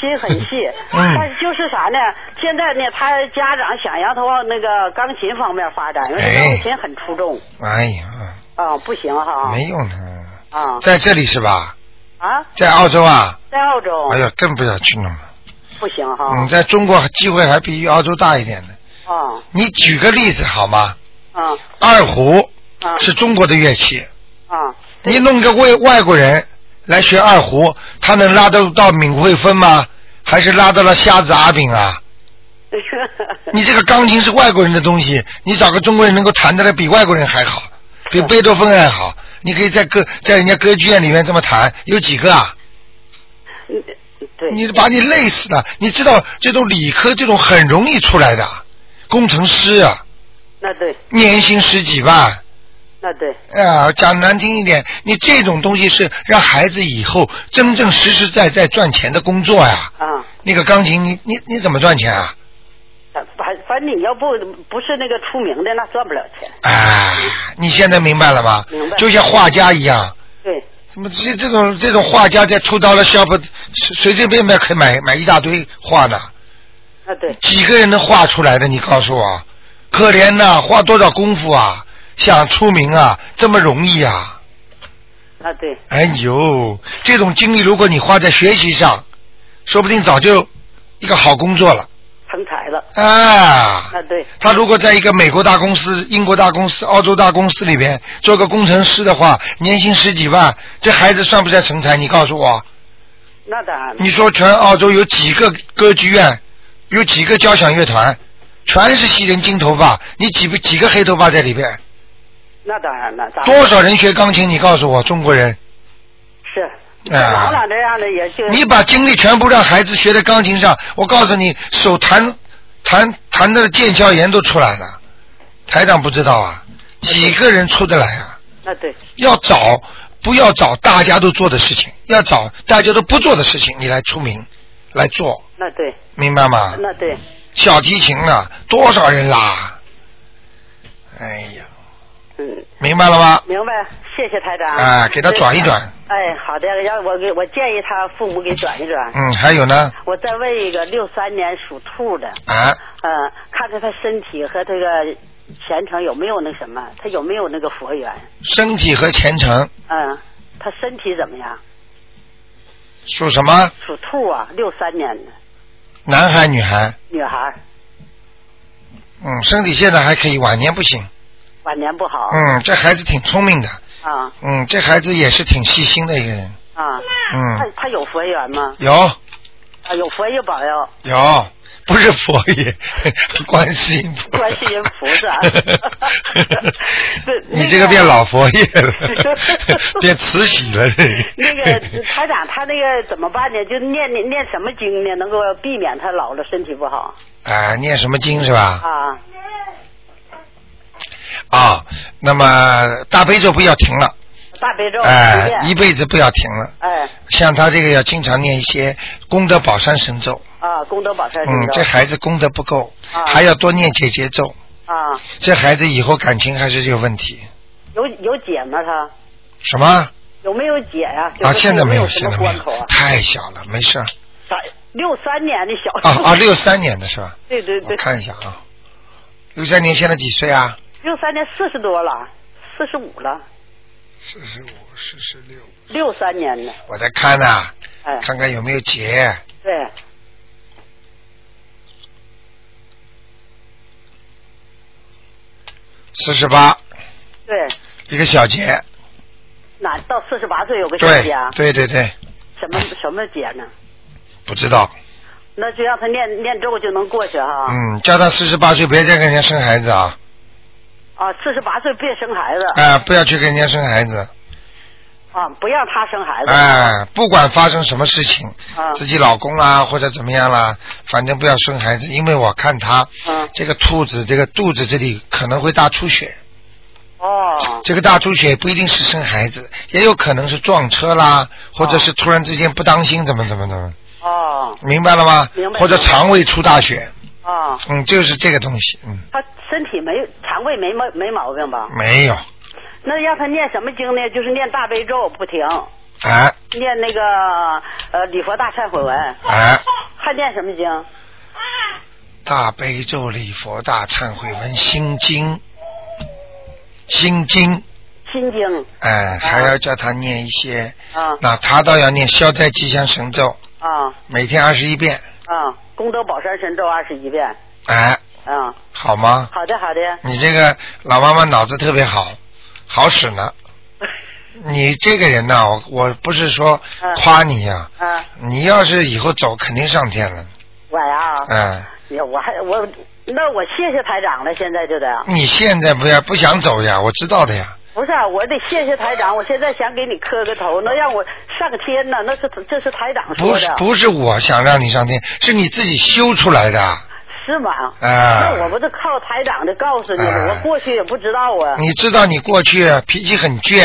E: 心很细但是就是啥呢？现在呢，他家长想让他往那个钢琴方面发展，因为
A: 哎
E: 钢琴很出众
A: 哎呀，
E: 啊，不行哈
A: 没用的，
E: 啊
A: 在这里是吧？
E: 啊，
A: 在澳洲啊？
E: 在澳洲
A: 哎呀，更不要去弄了。
E: 不行哈
A: 嗯，在中国机会还比澳洲大一点呢。
E: 啊
A: 你举个例子好吗？
E: 啊
A: 二胡
E: 啊
A: 是中国的乐器，
E: 啊，
A: 你弄个外外国人来学二胡，他能拉得到闵惠芬吗？还是拉到了瞎子阿炳啊？你这个钢琴是外国人的东西，你找个中国人能够弹得来比外国人还好，比贝多芬还好。你可以在歌在人家歌剧院里面这么弹，有几个啊？
E: 嗯对，
A: 你把你累死了。你知道这种理科这种很容易出来的工程师啊，
E: 那对
A: 年薪十几万，
E: 那对
A: 啊，讲难听一点，你这种东西是让孩子以后真正实实在在赚钱的工作呀。
E: 啊，
A: 那个钢琴，你你你怎么赚钱啊？
E: 反反正你要不不是那个出名的，那赚不了钱。
A: 哎，你现在明白了吗？
E: 明白
A: 就像画家一样，
E: 对，
A: 怎么这这种这种画家在出道了 shop 随随随便便可以买买一大堆画呢？
E: 那对
A: 几个人能画出来的？你告诉我，可怜呐、花多少功夫啊？想出名啊，这么容易啊？
E: 那对
A: 哎呦，这种精力如果你花在学习上，说不定早就一个好工作了
E: 成才了，
A: 啊
E: 那。对
A: 他如果在一个美国大公司、英国大公司、澳洲大公司里边做个工程师的话，年薪十几万，这孩子算不算成才？你告诉我，
E: 那当然了
A: 你说全澳洲有几个歌剧院，有几个交响乐团，全是西人金头发，你几不几个黑头发在里边？
E: 那当然了，咱
A: 多少人学钢琴？你告诉我，中国人。
E: 是
A: 哎
E: 像朗朗这样的也就
A: 你把精力全部让孩子学在钢琴上，我告诉你，手弹弹弹的腱鞘炎都出来了。台长不知道啊，几个人出得来啊？
E: 那对
A: 要找不要找大家都做的事情，要找大家都不做的事情，你来出名来做，
E: 那对
A: 明白吗？
E: 那对，
A: 小提琴啊，多少人啦？哎呀，
E: 嗯。
A: 明白了吗？
E: 明白，谢谢台长。
A: 啊给他转一转。
E: 哎，好的，让我给我建议他父母给转一转。
A: 嗯，还有呢？
E: 我再问一个六三年属兔的，
A: 啊，
E: 呃，看看他身体和这个前程有没有那什么，他有没有那个佛缘？
A: 身体和前程
E: 嗯、他身体怎么样？
A: 属什么？
E: 属兔啊，六三年的
A: 男孩女孩？
E: 女孩儿，
A: 嗯，身体现在还可以，晚年不行。
E: 晚年不好、
A: 嗯，这孩子挺聪明的，
E: 啊
A: 嗯，这孩子也是挺细心的一个人。
E: 啊。他
A: 嗯，
E: 他有佛缘吗？
A: 有
E: 啊，有佛爷保佑，
A: 有，不是佛爷， *laughs* 观世音菩萨。
E: 观世音
A: *laughs*
E: 菩萨对，
A: 你这个变老佛爷了变慈禧了。
E: 那个台长，他那个怎么办呢？就念念念什么经呢？能够避免他老了身体不好
A: *laughs* 啊，念什么经是吧？
E: 啊？
A: 啊，那么大悲咒不要停了，
E: 大悲咒
A: 哎、
E: 随便
A: 一辈子不要停了。
E: 哎
A: 像他这个要经常念一些功德宝山神咒，
E: 啊，功德宝山
A: 嗯
E: 神，
A: 这
E: 咒
A: 孩子功德不够，
E: 啊
A: 还要多念姐姐咒。
E: 啊，
A: 这孩子以后感情还是有问题。
E: 有有解吗？他
A: 什么？
E: 有没有解呀？就是
A: 啊，现在没
E: 有
A: 有，
E: 什
A: 现在
E: 么
A: 没
E: 关口啊
A: *laughs* 有，？太小了，没事儿。
E: 啥？六三年的小
A: 啊啊，六三年的是吧？
E: 对对
A: 我
E: 对，
A: 看一下啊，六三年现在几岁啊？
E: 六三年四十多了，四十五了，
A: 四十五、四十六。
E: 六三年的，
A: 我在看呐、
E: 哎，
A: 看看有没有结。
E: 对，
A: 四十八，
E: 对，
A: 一个小结。
E: 哪到四十八岁有个小
A: 对
E: 姐啊，？
A: 对对对，
E: 什么什么姐呢？
A: 不知道。
E: 啊那就让他念念咒就能过去哈。
A: 嗯，叫他四十八岁，别再跟人家生孩子啊！
E: 啊，四十八岁别生孩子
A: 啊、不要去跟人家生孩子。
E: 啊，不让他生孩子。
A: 哎、不管发生什么事情，
E: 啊
A: 自己老公啦或者怎么样啦，反正不要生孩子，因为我看他
E: 嗯
A: 这个兔子这个肚子这里可能会大出血，
E: 哦
A: 这个大出血不一定是生孩子，也有可能是撞车啦，或者是突然之间不当心怎么怎么怎么，
E: 哦
A: 明白了吗
E: 明白明？白
A: 或者肠胃出大血，
E: 哦，
A: 嗯，就是这个东西，嗯，
E: 他身体没肠胃没毛没毛病吧？
A: 没有，
E: 那让他念什么经呢？就是念大悲咒不停，
A: 哎
E: 念那个呃礼佛大忏悔文，
A: 哎，
E: 还念什么经？
A: 大悲咒、礼佛大忏悔文、心经、心经，
E: 心经
A: 哎，还要叫他念一些。
E: 啊
A: 那他倒要念消灾吉祥神咒，
E: 啊
A: 每天二十一遍，
E: 啊！功德宝山神咒二十一遍
A: 哎，
E: 啊。
A: 好吗？
E: 好的好的，
A: 你这个老妈妈脑子特别好，好使
E: *laughs*
A: 呢。你这个人呐、我我不是说
E: 嗯
A: 夸你呀、
E: 啊，
A: 你要是以后走，肯定上天了。
E: 我呀，
A: 嗯，
E: 呀，我还我那我谢谢台长了，现在就得。啊
A: 你现在不要不想走呀，我知道的呀。
E: 不是啊、我得谢谢台长，我现在想给你磕个头，能让我上天呢？那是这是台长说
A: 不是
E: 的，
A: 不是我想让你上天，是你自己修出来的。
E: 是吗？
A: 啊
E: 那我不是靠台长的告诉你
A: 哎
E: 了，我过去也不知道啊。
A: 你知道你过去脾气很倔，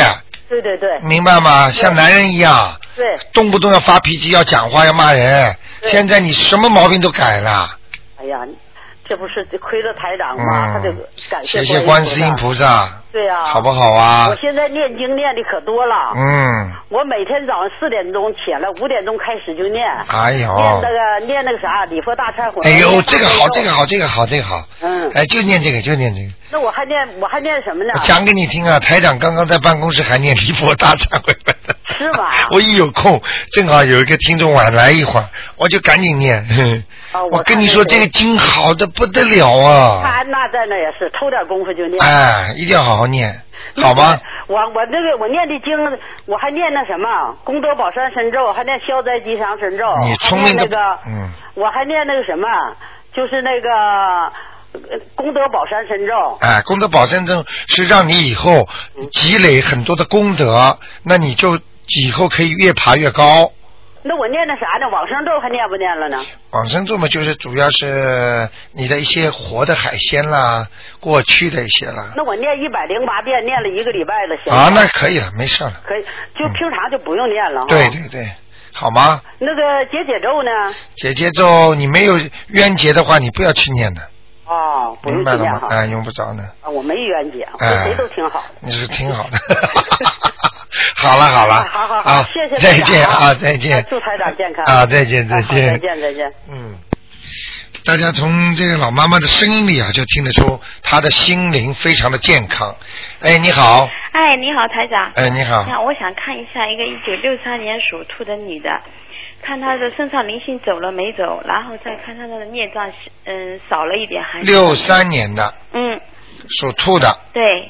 E: 对对嗯对
A: 明白吗？像男人一样，
E: 对，
A: 动不动要发脾气，要讲话，要骂人。
E: 对
A: 现在你什么毛病都改了。
E: 哎呀，这不是亏了台长吗？他得
A: 嗯，
E: 感
A: 谢
E: 谢
A: 谢观世音菩萨，
E: 对呀、
A: 好不好啊
E: 我？现在念经念的可多了，
A: 嗯，
E: 我每天早上四点钟起来，五点钟开始就念，
A: 哎
E: 念
A: 呦
E: 那，个念那个啥礼佛大忏悔。
A: 哎呦，
E: 念大
A: 这个好，
E: 悲咒
A: 这个。好，这个好，这个好。
E: 嗯，
A: 哎，就念这个，就念这个。
E: 那我还念我还念什么呢
A: 我？讲给你听啊，台长刚刚在办公室还念离佛大忏悔文。
E: 是吗
A: *laughs* 我一有空，正好有一个听众晚来一会儿，我就赶紧念。 *laughs*
E: 啊我
A: 我跟你
E: 看
A: 说，
E: 这
A: 这
E: 个
A: 个经好的不得了啊！
E: 他那在那也是抽点功夫就念，
A: 哎，一定要好好念，
E: 那
A: 好吗？？
E: 我我那个我念的经，我还念那什么功德宝山神咒，还念消灾吉祥神咒，
A: 你
E: 还
A: 聪
E: 念
A: 明的
E: 那个，
A: 嗯，
E: 我还念那个什么，就是那个呃功德宝山神咒，
A: 哎，功德宝山证是让你以后
E: 嗯
A: 积累很多的功德，那你就以后可以越爬越高。
E: 那我念那啥呢？往生咒还念不念了呢？
A: 往生咒嘛，就是主要是你的一些活的海鲜啦，过去的一些啦。
E: 那我念一百零八遍，念了一个礼拜了，行吗
A: 啊，那可以了，没事了。
E: 可以，就平常就不用念了哈。
A: 对对对，好吗？
E: 那个解解咒呢？
A: 姐姐咒，你没有冤结的话，你不要去念的，
E: 哦，不
A: 明
E: 用
A: 白
E: 去
A: 了
E: 念
A: 吗？
E: 哈。
A: 啊，用不着呢，
E: 啊，我没冤结，我
A: 哎
E: 谁都挺好。
A: 你是挺好的。 *laughs* 好了好了，
E: 好好好
A: 啊
E: 谢谢
A: 再
E: 台长
A: 见
E: 啊
A: 啊，再见
E: 啊，祝台长健康
A: 啊，再见
E: 啊
A: 再
E: 好
A: 见，
E: 再见，再见。
A: 嗯，大家从这个老妈妈的声音里啊，就听得出她的心灵非常的健康。哎，你好，
F: 哎，你好，台长。
A: 哎，你
F: 你
A: 好，
F: 好，我想看一下一个一九六三年属兔的女的，看她的身上灵性走了没走，然后再看她的孽障，嗯，少了一点还是。
A: 六。三年的
F: 嗯，
A: 属兔的，
F: 对，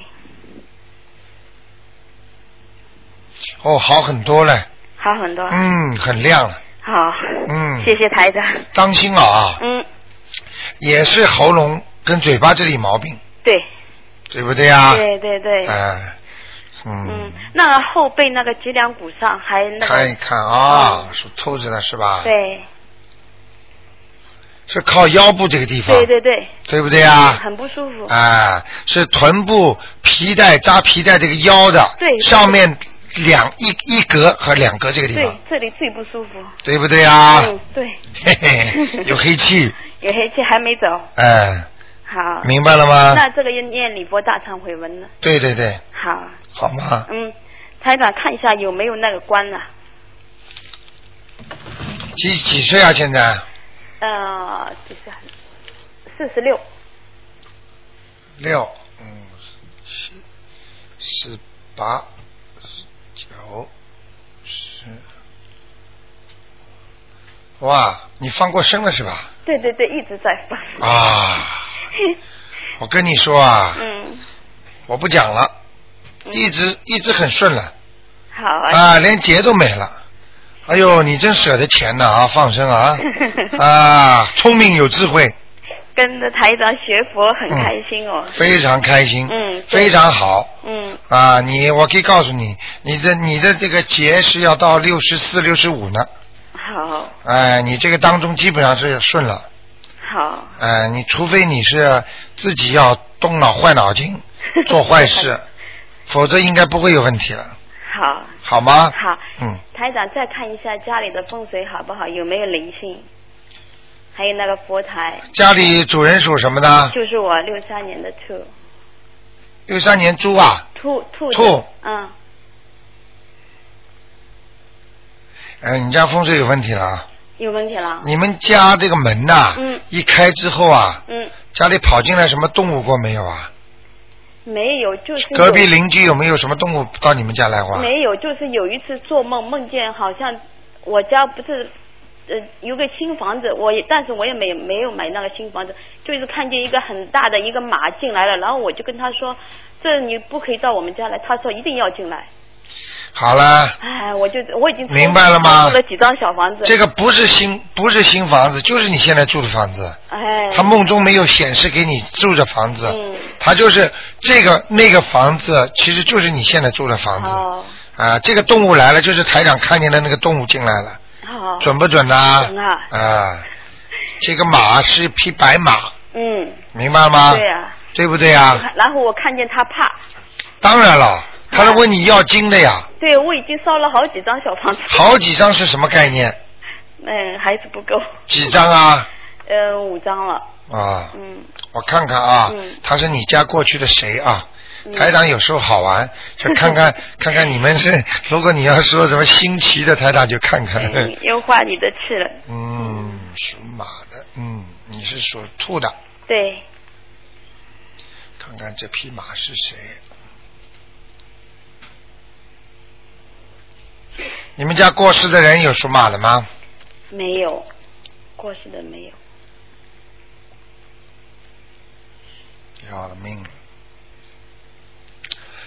A: 哦，好很多了，
F: 好很多。
A: 嗯，很亮了，
F: 好。
A: 嗯
F: 谢谢台长。
A: 当心啊，
F: 嗯，
A: 也是喉咙跟嘴巴这里毛病，
F: 对，
A: 对不对啊？
F: 对对对。
A: 哎，
F: 嗯
A: 嗯，，
F: 那后背那个脊梁骨上还那
A: 看一
F: 个。
A: 看啊，属兔子的是吧？，
F: 对
A: 是靠腰部这个地方，
F: 对嗯对对。
A: 对不对啊？
F: 很不舒服。
A: 啊，是臀部皮带扎皮带这个腰的，
F: 对
A: 上面两一一格和两格这个地
F: 对
A: 方，，
F: 这里最不舒服。
A: 对不对啊？
F: 嗯，对，
A: 嘿嘿，有黑
F: *laughs*
A: 气，
F: 有黑气还没走。
A: 哎，
F: 好，
A: 明白了吗
F: 那？这个要念李波大忏悔文了。
A: 对对对，
F: 好，
A: 好吗？
F: 嗯，台长看一下有没有那个关啊了、
A: 几几岁啊？现在
F: 呃，就是四十六，
A: 六，嗯，七，十八，十九，十。哇，你放过生了是吧？
F: 对对对，一直在放。
A: 啊，我跟你说啊，
F: *laughs* 嗯，
A: 我不讲了，
F: 嗯
A: 一直一直很顺了
F: 好啊。
A: 啊，连节都没了。哎呦，你真舍得钱呐啊，放生啊
F: *laughs*
A: 啊，聪明有智慧，
F: 跟着台长学佛
A: 嗯
F: 很开心哦。
A: 非常开心，
F: 嗯对
A: 非常好
F: 嗯，
A: 啊！你我可以告诉你，你的你的这个节是要到六十四、六十五呢，
F: 好，
A: 哎，你这个当中基本上是顺了，
F: 好。
A: 哎，你除非你是自己要动脑坏脑
F: *laughs*
A: 筋做坏事，否则应该不会有问题了，
F: 好，
A: 好吗？
F: 好。
A: 嗯，
F: 台长再看一下家里的风水好不好，有没有灵性？还有那个佛台，
A: 家里主人属什么呢？
F: 就是我六三年的兔
A: 六三年猪啊，
F: 兔兔子
A: 兔
F: 嗯，
A: 哎，你家风水有问题了啊！
F: 有问题了。
A: 你们家这个门呐、
F: 嗯
A: 一开之后啊，
F: 嗯，
A: 家里跑进来什么动物过没有啊？
F: 没有，就是有
A: 隔壁邻啊居有没有什么动物到你们家来玩？
F: 嗯没有，就是有一次做梦，梦见好像我家不是呃有个新房子，我也但是我也没没有买那个新房子，就是看见一个很大的一个马进来了，然后我就跟他说，这你不可以到我们家来，他说一定要进来，
A: 好了，
F: 哎，我就我已经
A: 明白了吗
F: 做了几张小房子，
A: 这个不是新不是新房子，就是你现在住的房子。
F: 哎，
A: 他梦中没有显示给你住的房子，
F: 嗯
A: 他就是这个那个房子，其实就是你现在住的房子。
F: 好
A: 啊，这个动物来了，就是台长看见的那个动物进来了，
F: 好，
A: 准不准呐、
F: 哦准啊
A: 这个马是一匹白马，
F: 嗯，
A: 明白吗？
F: 对啊，
A: 对不对啊？
F: 然后我看见他怕，
A: 当然了，他是问你要金的呀，
F: 对我已经烧了好几张小房子，
A: 好几张是什么概念？
F: 嗯，还是不够，
A: 几张啊？
F: 呃，五张了，
A: 啊，
F: 嗯。
A: 我看看啊
F: 嗯，
A: 他是你家过去的谁啊？
F: 嗯
A: 台长有时候好玩，就看
F: *laughs*
A: 看看看你们是，如果你要说什么新奇的，台长就看看。
F: 嗯，又花你的气了。
A: 嗯，属马的，嗯，你是属兔的，
F: 对，
A: 看看这匹马是谁。你们家过世的人有属马的吗？
F: 没有，过世的没有。
A: 要了命了！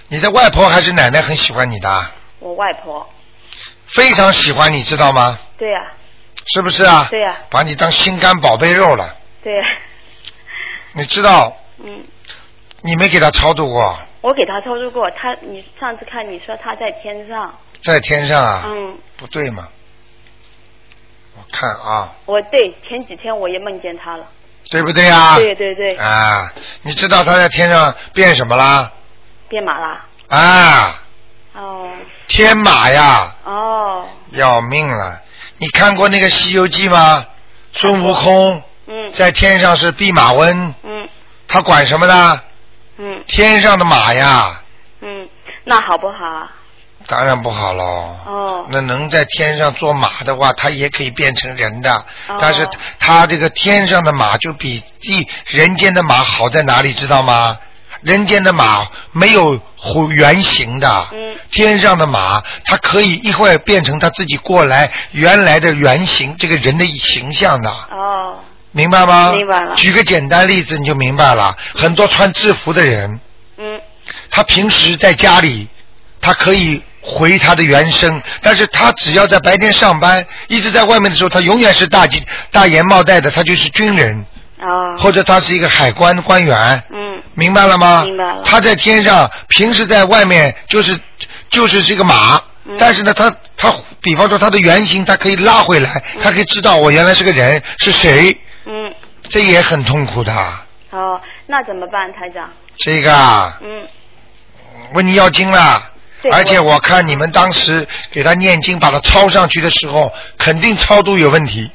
A: 你的外婆还是奶奶很喜欢你的啊，
F: 我外婆，
A: 非常喜欢你，知道吗？
F: 对呀、
A: 是不是啊？
F: 对呀
A: 把你当心肝宝贝肉了，
F: 对呀、
A: 你知道
F: 嗯，
A: 你没给他超度过，
F: 我给她操作过，她你上次看你说她在天上，
A: 在天上啊，
F: 嗯，
A: 不对嘛？我看啊，
F: 我对前几天我也梦见她了，
A: 对不对啊？
F: 对对对，
A: 啊，你知道他在天上变什么啦？
F: 变马啦，
A: 啊，
F: 哦
A: 天马呀，
F: 哦，
A: 要命了！你看过那个《西游记》吗？孙悟空
F: 嗯
A: 在天上是弼马温，
F: 嗯
A: 他管什么呢？
F: 嗯
A: 天上的马呀，
F: 嗯，那好不好啊？
A: 当然不好喽。
F: 哦
A: 那能在天上做马的话，它也可以变成人的，
F: 哦
A: 但是它这个天上的马就比地人间的马好在哪里，知道吗？人间的马没有弧圆形的，
F: 嗯
A: 天上的马它可以一会儿变成它自己过来原来的原型，这个人的形象的，
F: 哦
A: 明白吗？
F: 明白了
A: 举个简单例子你就明白了，很多穿制服的人，
F: 嗯
A: 他平时在家里，他可以回他的原声，但是他只要在白天上班，一直在外面的时候，他永远是大金大檐帽戴的，他就是军人，
F: 哦
A: 或者他是一个海关官员，
F: 嗯
A: 明白了吗？
F: 明白了
A: 他在天上，平时在外面就是就是这个马。
F: 嗯
A: 但是呢，他他比方说他的原型，他可以拉回来，他可以知道我原来是个人是谁，
F: 嗯
A: 这也很痛苦的。
F: 哦，那怎么办，台长？
A: 这个啊，
F: 嗯
A: 问你要经了，
F: 对
A: 而且我看你们当时给他念经，把他抄上去的时候，肯定超度有问题。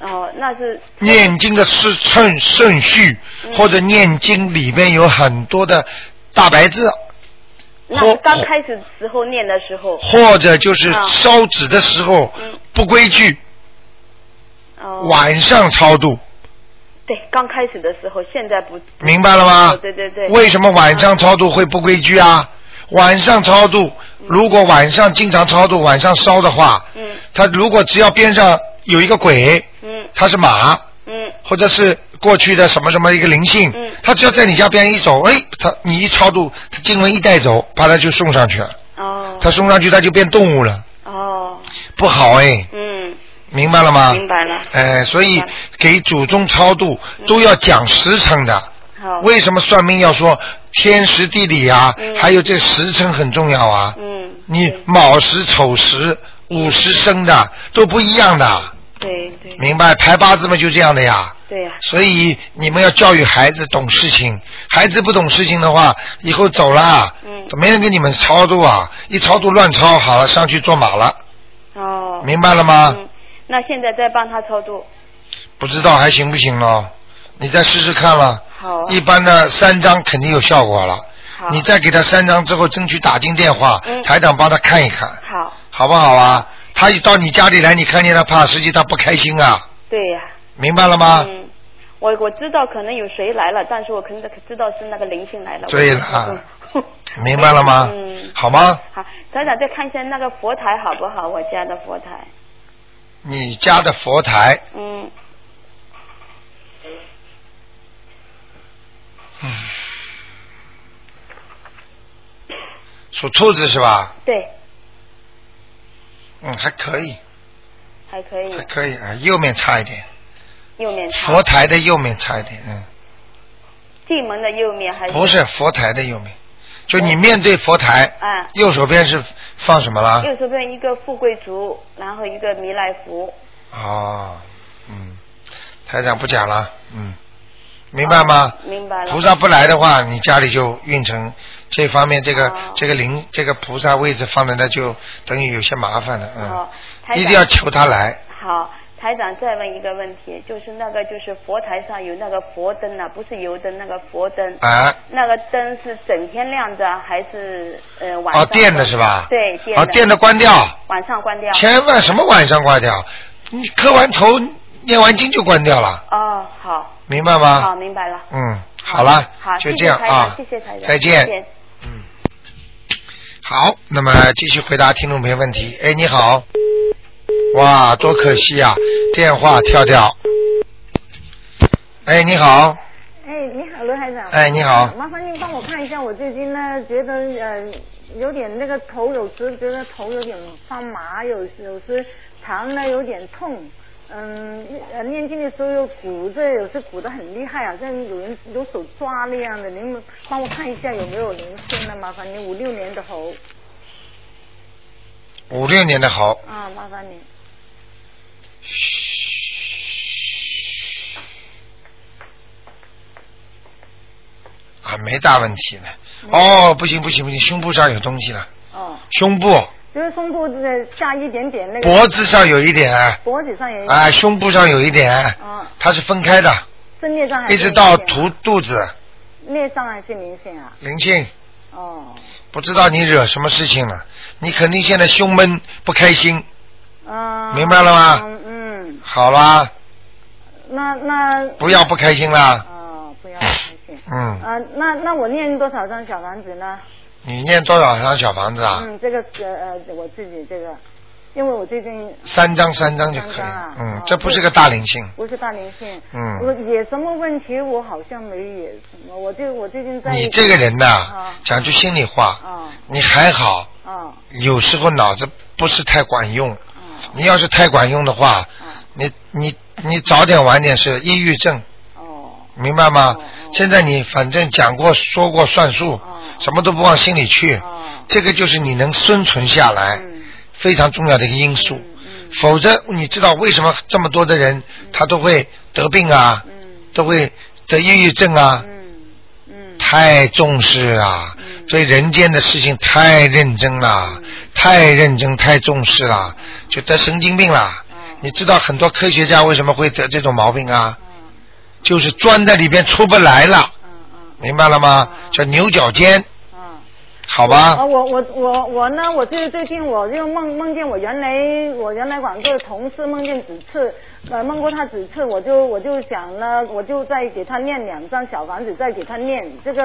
F: 哦，那是
A: 念经的是顺顺序，
F: 嗯
A: 或者念经里面有很多的大白字，
F: 那是
A: 或
F: 刚开始时候念的时候。
A: 或者就是
F: 啊
A: 烧纸的时候
F: 嗯
A: 不规矩，
F: 哦。
A: 晚上超度，
F: 对，刚开始的时候，现在不。
A: 明白了吗
F: 哦？对对对。
A: 为什么晚上超度会不规矩啊？晚上超度，如果晚上经常超度，晚上烧的话，
F: 嗯
A: 他如果只要边上有一个鬼，
F: 嗯
A: 他是马，
F: 嗯
A: 或者是过去的什么什么一个灵性，
F: 嗯
A: 他只要在你家边一走，哎，他你一超度，他经文一带走，把他就送上去了，
F: 哦
A: 他送上去他就变动物了，
F: 哦
A: 不好哎，
F: 嗯，
A: 明白了吗？
F: 明白了。
A: 哎，所以
F: 明白了嗯
A: 给祖宗超度都要讲时辰的。
F: 好。
A: 为什么算命要说天时地利啊？
F: 嗯
A: 还有这时辰很重要啊。
F: 嗯。
A: 你卯时、丑时、午时生的都不一样的，
F: 对对对
A: 明白？排八字嘛，就这样的呀。
F: 对呀、
A: 所以你们要教育孩子懂事情，孩子不懂事情的话，以后走了，
F: 嗯
A: 没人给你们超度啊，一超度乱超好了，上去坐马了，
F: 哦。
A: 明白了吗？
F: 嗯，那现在再帮他超度。
A: 不知道还行不行咯？你再试试看了，
F: 好。啊
A: 一般的三张肯定有效果了，
F: 好。
A: 你再给他三张之后，争取打进电话，
F: 嗯
A: 台长帮他看一看，
F: 好，
A: 好不好啊？他一到你家里来，你看见他怕，实际他不开心啊，
F: 对呀、
A: 明白了吗？
F: 嗯，我我知道可能有谁来了，但是我可能知道是那个灵性来了。
A: 对了
F: *laughs* 我。
A: 明白了吗？
F: 嗯。
A: 好吗？
F: 好，台长再看一下那个佛台好不好？我家的佛台，
A: 你家的佛台，
F: 嗯，
A: 嗯属兔子是吧？
F: 对，
A: 嗯，还可以，
F: 还可以
A: 还，可以啊，右面差一点，
F: 右面朝
A: 佛台的右面差一点，嗯，
F: 进门的右面还
A: 不是佛台的右面，就你面对佛台，
F: 啊
A: 右手边是放什么啦？
F: 右手边一个富贵竹，然后一个弥勒佛，
A: 哦，嗯，台长不讲了，嗯，明白吗？
F: 哦明白了
A: 菩萨不来的话，你家里就运程这方面，这个、
F: 哦
A: 这个灵，这个菩萨位置放在那就等于有些麻烦了，嗯，
F: 哦台长
A: 一定要求他来，
F: 好，台长再问一个问题，就是那个就是佛台上有那个佛灯啊，不是油灯，那个佛灯。
A: 啊。
F: 那个灯是整天亮着还是呃晚上？
A: 哦，电的是吧？
F: 对，电的。
A: 哦，电的关掉。
F: 晚上关掉。
A: 千万什么晚上关掉，你磕完头念完经就关掉了，
F: 哦，好，
A: 明白
F: 好，
A: 吗？
F: 明白了。
A: 嗯，好了，
F: 好，
A: 就这
F: 谢谢
A: 样
F: 台长
A: 啊，
F: 谢谢台长，
A: 再见
F: 谢谢
A: 嗯，好，那么继续回答听众朋友问题。哎，你好，哇，多可惜啊，电话跳掉。哎，你好，
G: 哎，你好，罗台长。呃
A: 哎你好
G: 麻烦您帮我看一下，我最近呢，觉得呃有点那个头，有时觉得头有点发麻，有有时肠呢有点痛。嗯，呃，念经的时候又鼓，这有时鼓得很厉害，好啊像有人有手抓那样的。您们帮我看一下有没有灵性呢？麻烦您，五六年的猴
A: 五六年的猴，
G: 啊，麻烦您。
A: 啊，没大问题的。哦，不行不行不行，胸部上有东西了，
G: 哦，
A: 胸部、
G: 就是胸部呃下一点点那个
A: 脖子上有一点，
G: 脖子上也有，
A: 啊，胸部上有一点，
G: 嗯
A: 它是分开的，
G: 是孽障还是
A: 一直到
G: 灵性啊
A: 肚肚子，
G: 孽障还是灵性啊？
A: 灵性，
G: 哦，
A: 不知道你惹什么事情了，你肯定现在胸闷不开心，
G: 嗯，
A: 明白了吗
G: 嗯嗯，
A: 好啦，
G: 那那
A: 不要不开心啦，
G: 哦，不要开心。
A: 嗯，
G: 呃，那那我念多少张小房子呢？
A: 你念多少张小房子啊？
G: 嗯，这个呃呃，我自己这个，因为我最近
A: 三张三张就可以
G: 三张啊，
A: 嗯
G: 哦，
A: 这不是个大灵性，
G: 不是大灵性，
A: 嗯
G: 我也什么问题我好像没也什么，我就我最近在
A: 你这个人呐
G: 啊，
A: 讲句心里话，
G: 啊
A: 你还好，
G: 啊
A: 有时候脑子不是太管用，
G: 啊
A: 你要是太管用的话
G: 啊，
A: 你你你早点晚点是抑郁症。
G: 哦
A: 明白吗？
G: 哦哦
A: 现在你反正讲过、说过、算数，
G: 哦
A: 什么都不往心里去，
G: 哦
A: 这个就是你能生存下来、
G: 嗯
A: 非常重要的一个因素。
G: 嗯嗯
A: 否则，你知道为什么这么多的人、他都会得病啊，
G: 嗯
A: 都会得抑郁症啊？
G: 嗯嗯
A: 太重视啊，
G: 嗯
A: 所以人间的事情太认真了，太认真，太重视了，就得神经病了。你知道很多科学家为什么会得这种毛病啊？就是钻在里边出不来了。
G: 啊
A: 明白了吗？叫牛角尖。好吧。
G: 啊，我我我我呢，我就是最近我就梦梦见我原来我原来广州的同事梦见几次，呃，梦过他几次，我就我就想呢，我就再给他念两张小房子，再给他念，这个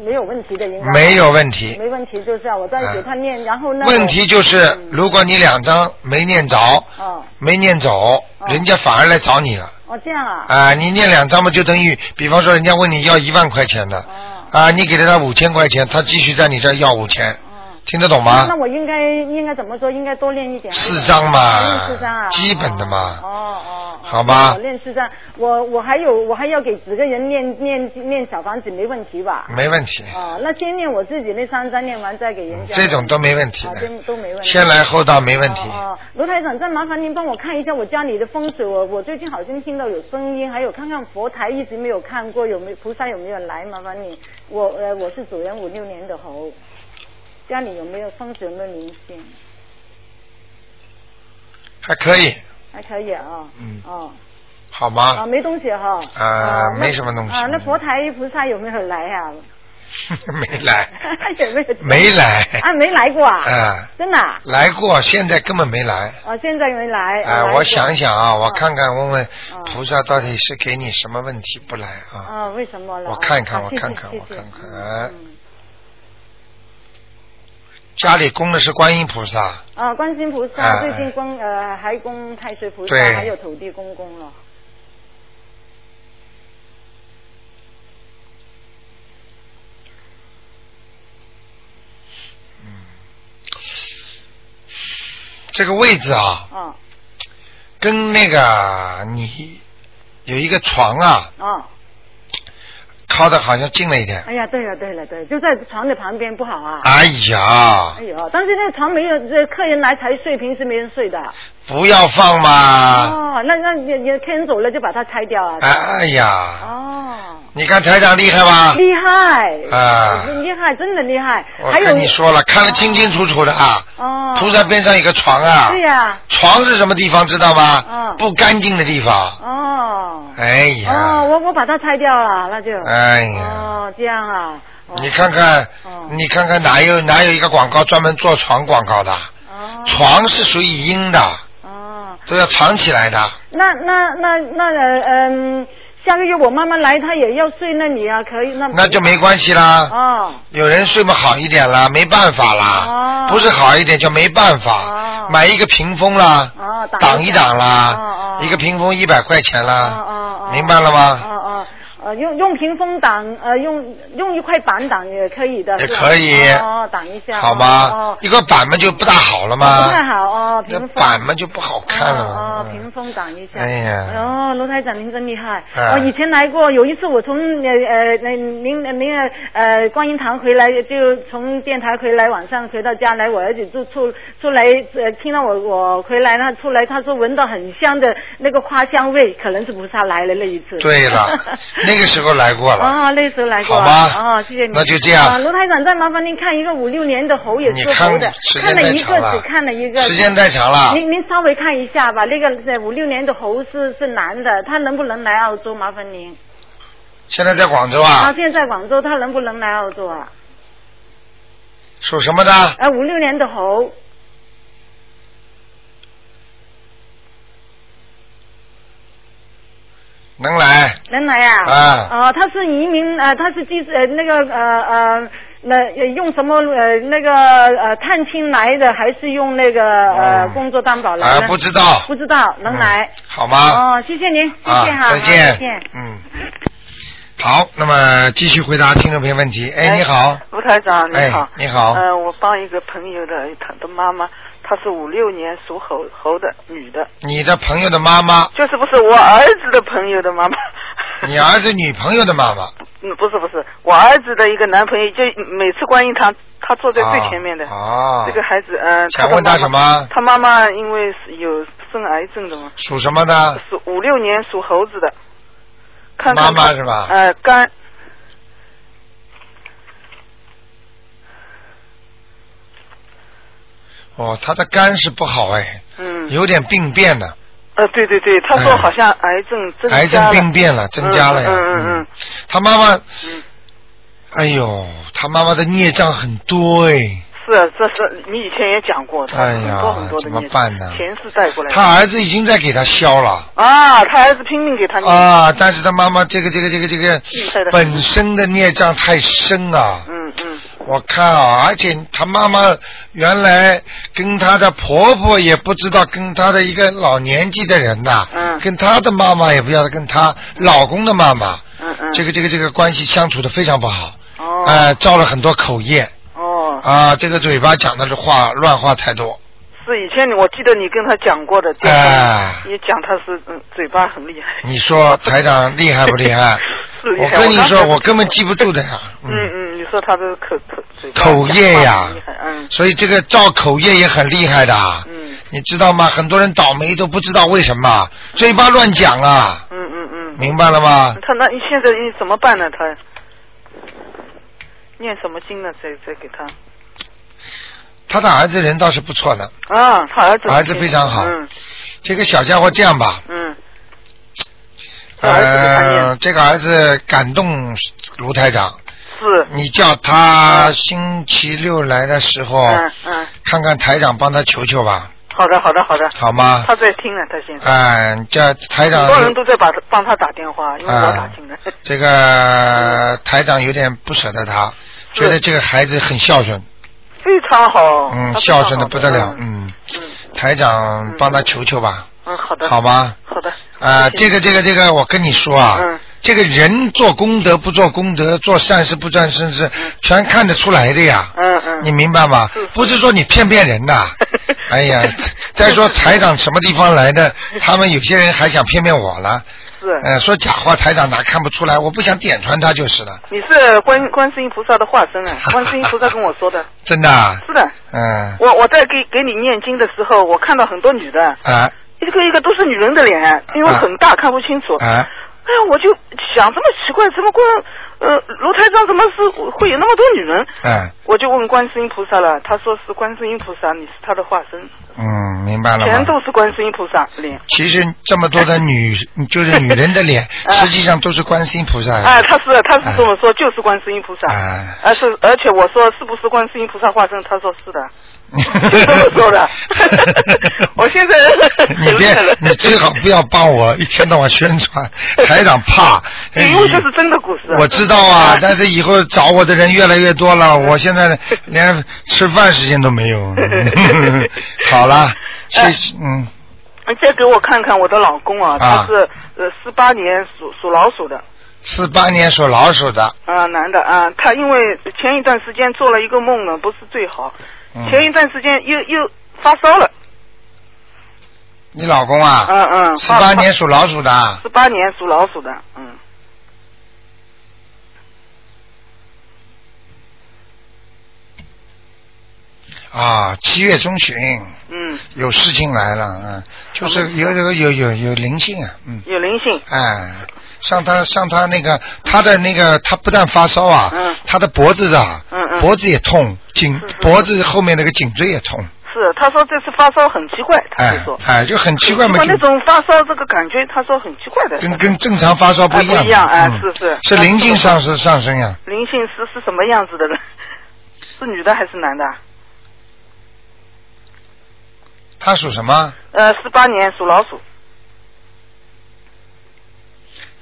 G: 没有问题的，应该
A: 没有问题嗯
G: 没问题就是啊，我再给他念，然后呢，
A: 问题就是，如果你两张没念着，
G: 嗯哦
A: 没念走，人家反而来找你了。
G: 哦这样啊，
A: 啊，你念两张嘛，就等于，比方说人家问你要一万块钱的，
G: 哦
A: 啊，你给了他五千块钱，他继续在你这儿要五千，听得懂
G: 哦
A: 吗？
G: 那我应该应该怎么说？应该多练一点。
A: 四张嘛
G: 练四张啊，，
A: 基本的嘛，
G: 哦哦，
A: 好吧
G: 我，练四张，我我还有我还要给几个人念念念小房子，没问题吧？
A: 没问题，
G: 哦，那先念我自己那三张，念完再给人家。
A: 这种都没问题
G: 啊，
A: 的，
G: 真都没问题。
A: 先来后到没问题。
G: 哦，卢台长，再麻烦您帮我看一下我家里的风水，我我最近好像听到有声音，还有看看佛台一直没有看过，有没有菩萨有没有来？麻烦你，我呃我是主人五六年的猴，家里有没有风水有没有灵性？
A: 还可以，
G: 还可以啊，
A: 嗯，
G: 哦，
A: 好
G: 啊
A: 吗？
G: 没东西哈，
A: 啊
G: 哦，那
A: 没什么东西
G: 啊，那佛台菩萨有没有来呀、
A: *laughs* 没来，
G: *laughs* 有没有？
A: 没来
G: *laughs* 啊，没来过啊，
A: 啊，
G: 真的啊，
A: 来过，现在根本没来。
G: 哦现在没来。
A: 哎，
G: 哦
A: 我想一。
G: 来过
A: 想啊，我看看问问
G: 嗯
A: 菩萨到底是给你什么问题不来啊？
G: 啊，为什么了？
A: 我看看，
G: 啊
A: 我
G: 谢谢
A: 看看，
G: 谢
A: 我
G: 谢
A: 看看。哎
G: 嗯
A: 家里供的是观音菩萨，
G: 啊，观世音菩
A: 哎
G: 萨最近供呃还供太岁菩萨
A: 对，
G: 还有土地公公了。
A: 这个位置啊，
G: 哦
A: 跟那个你有一个床啊，
G: 哦，
A: 靠的好像近了一点。
G: 哎呀，对了对了对，就在床的旁边，不好啊。
A: 哎呀
G: 哎，呦，但是那个床没有，这客人来才睡，平时没人睡的。
A: 不要放嘛！
G: 哦，那那也也客人走了就把它拆掉啊。
A: 哎呀，
G: 哦，
A: 你看台长厉害吧？
G: 厉害。
A: 啊
G: 厉害，真的厉害。
A: 我
G: 还有
A: 跟你说了，看得清清楚楚的啊。
G: 哦。
A: 菩萨边上有个床啊。
G: 对呀。
A: 床是什么地方知道吗？
G: 嗯
A: 不干净的地方。
G: 哦。
A: 哎
G: 哦，
A: 呀，
G: 我我把它拆掉了，那就。
A: 哎呀，
G: 哦，这样啊。哦
A: 你。看看
G: 哦，
A: 你看看哪有哪有一个广告专门做床广告的？
G: 哦。
A: 床是属于阴的，
G: 哦。
A: 都要藏起来的。
G: 那那那那呃嗯，下个月我妈妈来，她也要睡那里啊，可以那
A: 那就没关系啦，
G: 哦
A: 有人睡嘛好一点啦，没办法啦
G: 哦，
A: 不是好一点就没办法
G: 哦，
A: 买一个屏风啦，
G: 哦
A: 挡一挡
G: 哦
A: 啦
G: 哦，
A: 一个屏风一百块钱
G: 哦
A: 啦，
G: 哦哦，
A: 明白了
G: 哦
A: 吗？
G: 哦。呃，用用屏风挡，呃，用用一块板挡也可以的，
A: 也
G: 是吧
A: 可以
G: 哦，挡一下，
A: 好
G: 哦
A: 吗？，一个板嘛就不大好了
G: 哦不
A: 吗？
G: 太好哦，
A: 那
G: 屏风
A: 板嘛就不好看了嘛。
G: 哦哦，屏风挡一下。
A: 哎呀
G: 哦，卢台长您真厉害。
A: 哎
G: 我以前来过，有一次我从呃呃那您您呃观音堂回来，就从电台回来，晚上回到家来，我儿子就出出来呃听到我我回来，他出来他说闻到很香的那个花香味，可能是菩萨来了那一次。，
A: 对了
G: *laughs*
A: 那个时候来过了。
G: 哦，那时候来过，
A: 好吧
G: 哦，谢谢你。
A: 那就这样
G: 啊，卢台长，再麻烦您看一个五六年的猴也
A: 你
G: 是
A: 看
G: 猴的，
A: 时
G: 看
A: 间
G: 了
A: 太
G: 一
A: 长
G: 个，
A: 了，
G: 只看了一个。
A: 时间太长了。
G: 您您稍微看一下吧，那个呃五六年的猴是是男的，他能不能来澳洲？麻烦您。
A: 现在在广州
G: 他
A: 啊，
G: 现在在广州，他能不能来澳洲啊？
A: 属什么的？
G: 呃，五六年的猴，
A: 能来。
G: 能来啊？
A: 啊
G: 哦、他是移民，呃，他是居呃那个呃呃，那、呃用什么呃那个呃探亲来的，还是用那个呃、
A: 嗯
G: 工作担保来
A: 啊
G: 的？，
A: 不知道。
G: 不知道，能来
A: 嗯。好吗？
G: 哦，谢谢您，谢谢
A: 啊，
G: 哈，
A: 再
G: 好
A: 见。
G: 再见。
A: 嗯。好，那么继续回答听众朋友问题。哎，你好。
C: 卢台长，你
A: 哎
C: 好，
A: 你好
C: 呃，我帮一个朋友的，他的妈妈，她是五六年属猴猴的女的，
A: 你的朋友的妈
G: *laughs*
A: 妈，
C: 就是不是我儿子的朋友的妈妈？
A: 你儿子女朋友的妈妈，
C: *laughs* 嗯不是不是，我儿子的一个男朋友，就每次观音堂，他坐在最前面的。
A: 啊。
C: 这个孩子，嗯、呃，
A: 想问
C: 他
A: 他
C: 的妈
A: 什
C: 妈
A: 么？
C: 他妈妈因为是有生癌症的嘛，
A: 属什么的？
C: 是五六年属猴子的，看看呃
A: 妈妈
C: 她
A: 是吧
C: 呃，肝，
A: 哦，他的肝是不好哎，
C: 嗯，
A: 有点病变的，
C: 呃，对对对，他说
A: 哎
C: 好像癌症增加了
A: 癌症病变了，增加了呀。
C: 嗯嗯嗯
A: 他妈妈，哎呦，他妈妈的孽障很多哎，
C: 是啊，这是你以前也讲过，他
A: 哎
C: 很
A: 呀
C: 多很多的
A: 怎么
C: 孽
A: 办呢
C: 前世带过来的。
A: 他儿子已经在给他消了
C: 啊，他儿子拼命给他念，
A: 啊，但是他妈妈这个这个这个这个
C: 厉嗯害的
A: 本身的孽障太深啊。
C: 嗯嗯，
A: 我看啊，而且她妈妈原来跟她的婆婆也不知道跟她的一个老年纪的人呐、
C: 嗯
A: 跟她的妈妈也不晓得跟她老公的妈妈，
C: 嗯嗯，
A: 这个这个这个关系相处的非常不好，
C: 哦、
A: 呃，造了很多口业
C: 哦，
A: 啊、这个嘴巴讲的话乱话太多，
C: 是以前你我记得你跟他讲过的，就是
A: 哎
C: 你讲他是嗯嘴巴很厉害，
A: 你说台长厉害不厉害？
C: *laughs* 是厉
A: 我
C: 害。
A: 跟你
C: 刚才
A: 说，我根本记不住的呀，
C: *laughs* 嗯嗯，你说他的口口嘴巴
A: 口业呀
C: 讲话很厉害嗯
A: 所以这个造口业也很厉害的啊，
C: 嗯
A: 你知道吗？很多人倒霉都不知道为什么，啊嘴巴乱讲啊。
C: 嗯嗯嗯，
A: 明白了吗？
C: 他那你现在你怎么办呢？他念什么经呢？再再给他
A: 他的儿子人倒是不错的，
C: 啊，他儿子
A: 儿子非常好
C: 嗯
A: 这个小家伙这样吧，
C: 嗯他儿子给他念
A: 呃，这个儿子感动卢台长，
C: 是
A: 你叫他星期六来的时候，
C: 嗯嗯，
A: 看看台长帮他求求吧，
C: 好的好的啊好的，
A: 好吗？
C: 他在听呢，他现在。
A: 嗯、叫台
C: 很多人
A: 长，
C: 都在把他帮他打电话，因为我打
A: 啊
C: 进来。 *laughs*
A: 这个台长有点不舍得他，
C: 是
A: 觉得这个孩子很孝顺，
C: 非常好，
A: 嗯，
C: 他非常
A: 孝
C: 好
A: 顺的不得了，
C: 嗯
A: 嗯，
C: 嗯
A: 台长帮他求求吧，
C: 嗯，好的，
A: 好吗？
C: 好的，
A: 啊，
C: 谢谢
A: 这个这个这个，我跟你说啊，
C: 嗯
A: 这个人做功德不做功德，做善事不做善事，全看得出来的呀。
C: 嗯嗯，
A: 你明白吗
C: 是是？
A: 不是说你骗骗人
C: *laughs*
A: 的。哎呀，再说台长什么地方来的？
C: 嗯
A: 他们有些人还想骗骗我了。
C: 是，
A: 呃，说假话，台长哪看不出来？我不想点穿他就是了。
C: 你是观观世音菩萨的化
A: *laughs*
C: 身啊，观世音菩萨跟我说的，
A: 真的啊。
C: 是的，
A: 嗯。
C: 我我在给给你念经的时候，我看到很多女的，
A: 啊
C: 一个一个都是女人的
A: 嗯
C: 脸，因为很大看不清楚，哎
A: 啊！
C: 呀，我就想这么奇怪，怎么观呃楼台上怎么是会有那么多女人？
A: 嗯
C: 我就问观世音菩萨了，他说是观世音菩萨，你是他的化身，
A: 嗯，明白了吗？
C: 全都是观世音菩萨脸。
A: 其实这么多的
C: *laughs*
A: 女，就是女人的脸，
C: 哎
A: 实际上都是观世音菩萨。
C: 哎，他是他是这么说，就是观世音菩萨。
A: 哎
C: 而是而且我说是不是观世音菩萨化身？他说是的，就这么
A: 这 *laughs*
C: 说的。我现在
A: 你
C: 很厉害了
A: 别，你最好不要帮我一天到晚宣传，台长
C: *laughs*
A: 怕。
C: 因为这是真的故事。
A: 哎我知道啊
C: 哎，
A: 但是以后找我的人越来越多了，我现在连吃饭时间都没
C: *laughs*
A: 有。好了，
C: 哎
A: 谢谢，嗯，
C: 再给我看看我的老公啊，
A: 啊
C: 他是呃四八年属属老鼠的。
A: 四八年属老鼠的，
C: 啊、男的啊、他因为前一段时间做了一个梦呢，不是最好。
A: 嗯
C: 前一段时间又又发烧了，
A: 你老公啊，
C: 嗯嗯，
A: 四八年属老鼠的啊，
C: 十八年属老鼠的，嗯，
A: 啊，七月中旬
C: 嗯，
A: 有事情来了，嗯，就是有有有有有灵性啊，嗯。
C: 有灵性，
A: 哎，像他像他那个他的那个他不但发烧啊，
C: 嗯
A: 他的脖子啊，
C: 嗯嗯
A: 脖子也痛，颈
C: 是是
A: 脖子后面那个颈椎也痛，
C: 是，他说这次发烧很奇怪，他就
A: 哎
C: 说。
A: 哎，就很奇怪嘛，
C: 很那
A: 就
C: 种发烧这个感觉，他说很奇怪的。
A: 跟跟正常发烧不一样，
C: 哎不一样哎
A: 嗯
C: 是是
A: 是灵性上升上升呀，
C: 灵性是是什么样子的呢？是女的还是男的啊？
A: 他属什么？
C: 呃，十八年属老鼠，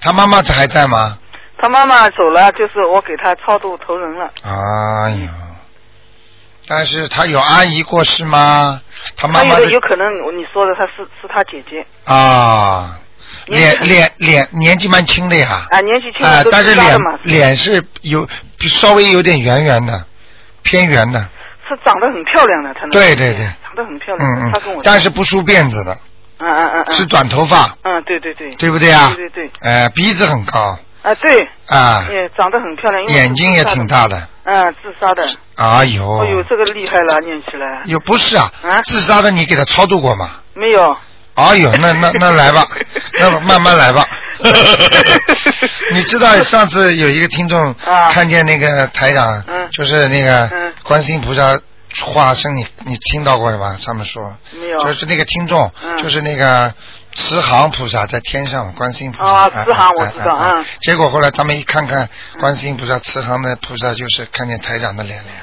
A: 他妈妈还在吗？
C: 他妈妈走了，就是我给他超度投人了。
A: 哎呀，但是他有阿姨过世吗？他妈
C: 还
A: 妈
C: 有
A: 的
C: 的有可能你说的他是是他姐姐
A: 啊，
C: 年
A: 脸
C: 纪很
A: 脸脸年纪蛮轻的呀，
C: 啊，年纪轻
A: 啊、
C: 都
A: 但是
C: 知道
A: 脸
C: 的嘛，是
A: 脸是有稍微有点圆圆的，偏圆的，
C: 是长得很漂亮的，他那个
A: 对
C: 姐姐
A: 对对
C: 长得很漂
A: 嗯
C: 亮的，
A: 嗯
C: 他跟我，
A: 但是不梳辫子的，
C: 嗯嗯嗯嗯，
A: 是短头发，
C: 嗯对对对
A: 对不对啊？
C: 对对对，
A: 呃，鼻子很高
C: 啊对，
A: 啊，
C: 也长得很漂亮，因为是
A: 眼睛也挺大的，
C: 自杀的嘛，嗯自杀的，
A: 哎
C: 哦呦
A: 呦，
C: 这个厉害了，念起来
A: 有不是啊
C: 啊？
A: 自杀的你给他超度过吗？
C: 没有？
A: 哎呦，那那那来吧，那慢慢来
C: *laughs*
A: 吧。你知道上次有一个听众
C: 啊
A: 看见那个台长
C: 嗯，
A: 就是那个
C: 嗯
A: 观世音菩萨话声你你听到过吗？上面说，
C: 没有
A: 就是那个听众，
C: 嗯
A: 就是那个慈航菩萨在天上，观世音菩萨。
C: 啊
A: 哎
C: 慈航
A: 哎
C: 我
A: 哎
C: 知道
A: 哎哎
C: 嗯
A: 结果后来他们一看看观世音菩萨、慈航的菩萨，就是看见台长的脸了呀。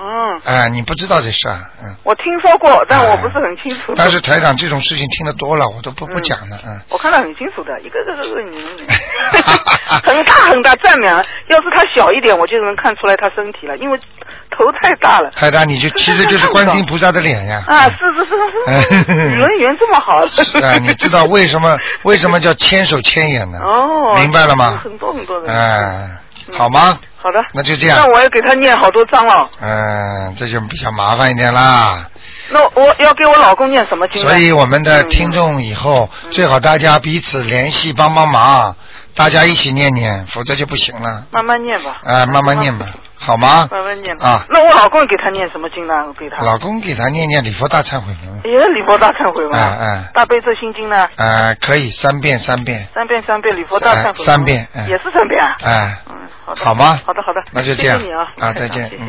C: 嗯，
A: 哎，你不知道这事儿，嗯。
C: 我听说过，但我不是很清楚。
A: 但是台长这种事情听得多了，我都不不
C: 嗯
A: 讲了，嗯。
C: 我看到很清楚的，一个个个个你很大很大站两，要是他小一点，我就能看出来他身体了，因为头太大了。
A: 台长，你就其实就是观世音菩萨的脸呀。
C: 啊，是是是是，宇文员这么好。
A: 是啊，你知道为什
C: *laughs*
A: 么为什么叫千手千眼呢？
C: 哦，
A: 明白了吗？
C: 很多很多的。嗯
A: 哎，好吗？
C: 好的，
A: 那就这样
C: 那。我要给他念好多章了，
A: 嗯，这就比较麻烦一点啦。
C: 那我要给我老公念什么经呢？
A: 所以我们
C: 嗯
A: 的听众以后最好大家彼此联系帮帮忙，大家一起念念，否则就不行了。
C: 慢慢念吧。
A: 哎，慢慢念吧，好吗？
C: 慢慢念吧。
A: 啊
C: 那我老公给他念什么经呢？我给他。
A: 老公给他念念礼佛大忏悔文，
C: 也是礼佛大忏悔文。
A: 哎哎
C: 大悲咒心经呢？
A: 哎，可以三遍三遍，
C: 三遍三遍礼佛大忏悔文。
A: 哎三遍哎
C: 也是三遍啊。
A: 哎，
C: 好的
A: 好吗？
C: 好的好的，
A: 那就这样
C: 谢谢你啊，
A: 啊，
C: 台
A: 再
C: 长
A: 见
C: *laughs* 谢，谢
A: 嗯。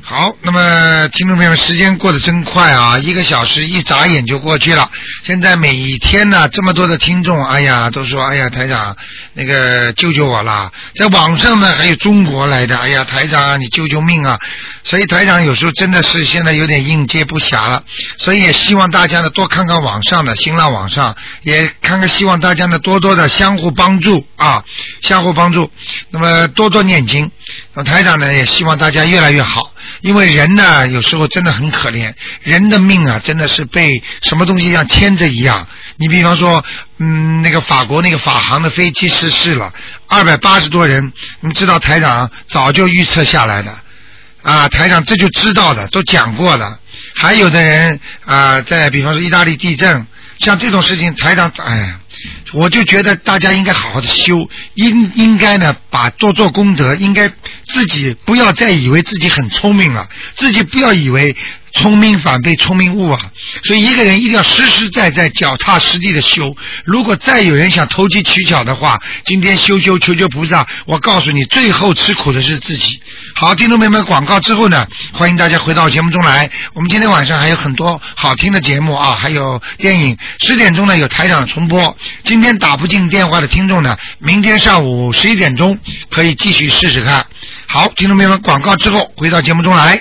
A: 好，那么听众朋友们，时间过得真快啊，一个小时一眨眼就过去了。现在每一天呢，这么多的听众，哎呀，都说哎呀，台长，那个救救我啦！在网上呢，还有中国来的，哎呀，台长啊，你救救命啊！所以台长有时候真的是现在有点应接不暇了，所以也希望大家呢多看看网上的新浪网上，也看看希望大家呢多多的相互帮助啊，相互帮助。那么多多念经，那台长呢也希望大家越来越好，因为人呢有时候真的很可怜，人的命啊真的是被什么东西像牵着一样。你比方说，嗯，那个法国那个法航的飞机失事了，二百八十多人，你知道台长早就预测下来的。啊，台长这就知道的，都讲过了。还有的人啊，在比方说意大利地震，像这种事情，台长哎呀，我就觉得大家应该好好的修，应应该呢把多做功德，应该自己不要再以为自己很聪明了，自己不要以为聪明反被聪明误啊。所以一个人一定要实实在在、脚踏实地的修。如果再有人想投机取巧的话，今天修修求求菩萨，我告诉你，最后吃苦的是自己。好，听众朋友们，广告之后呢，欢迎大家回到节目中来。我们今天晚上还有很多好听的节目啊，还有电影。十点钟呢有台长重播。今天打不进电话的听众呢，明天上午十一点钟可以继续试试看。好，听众朋友们，广告之后回到节目中来。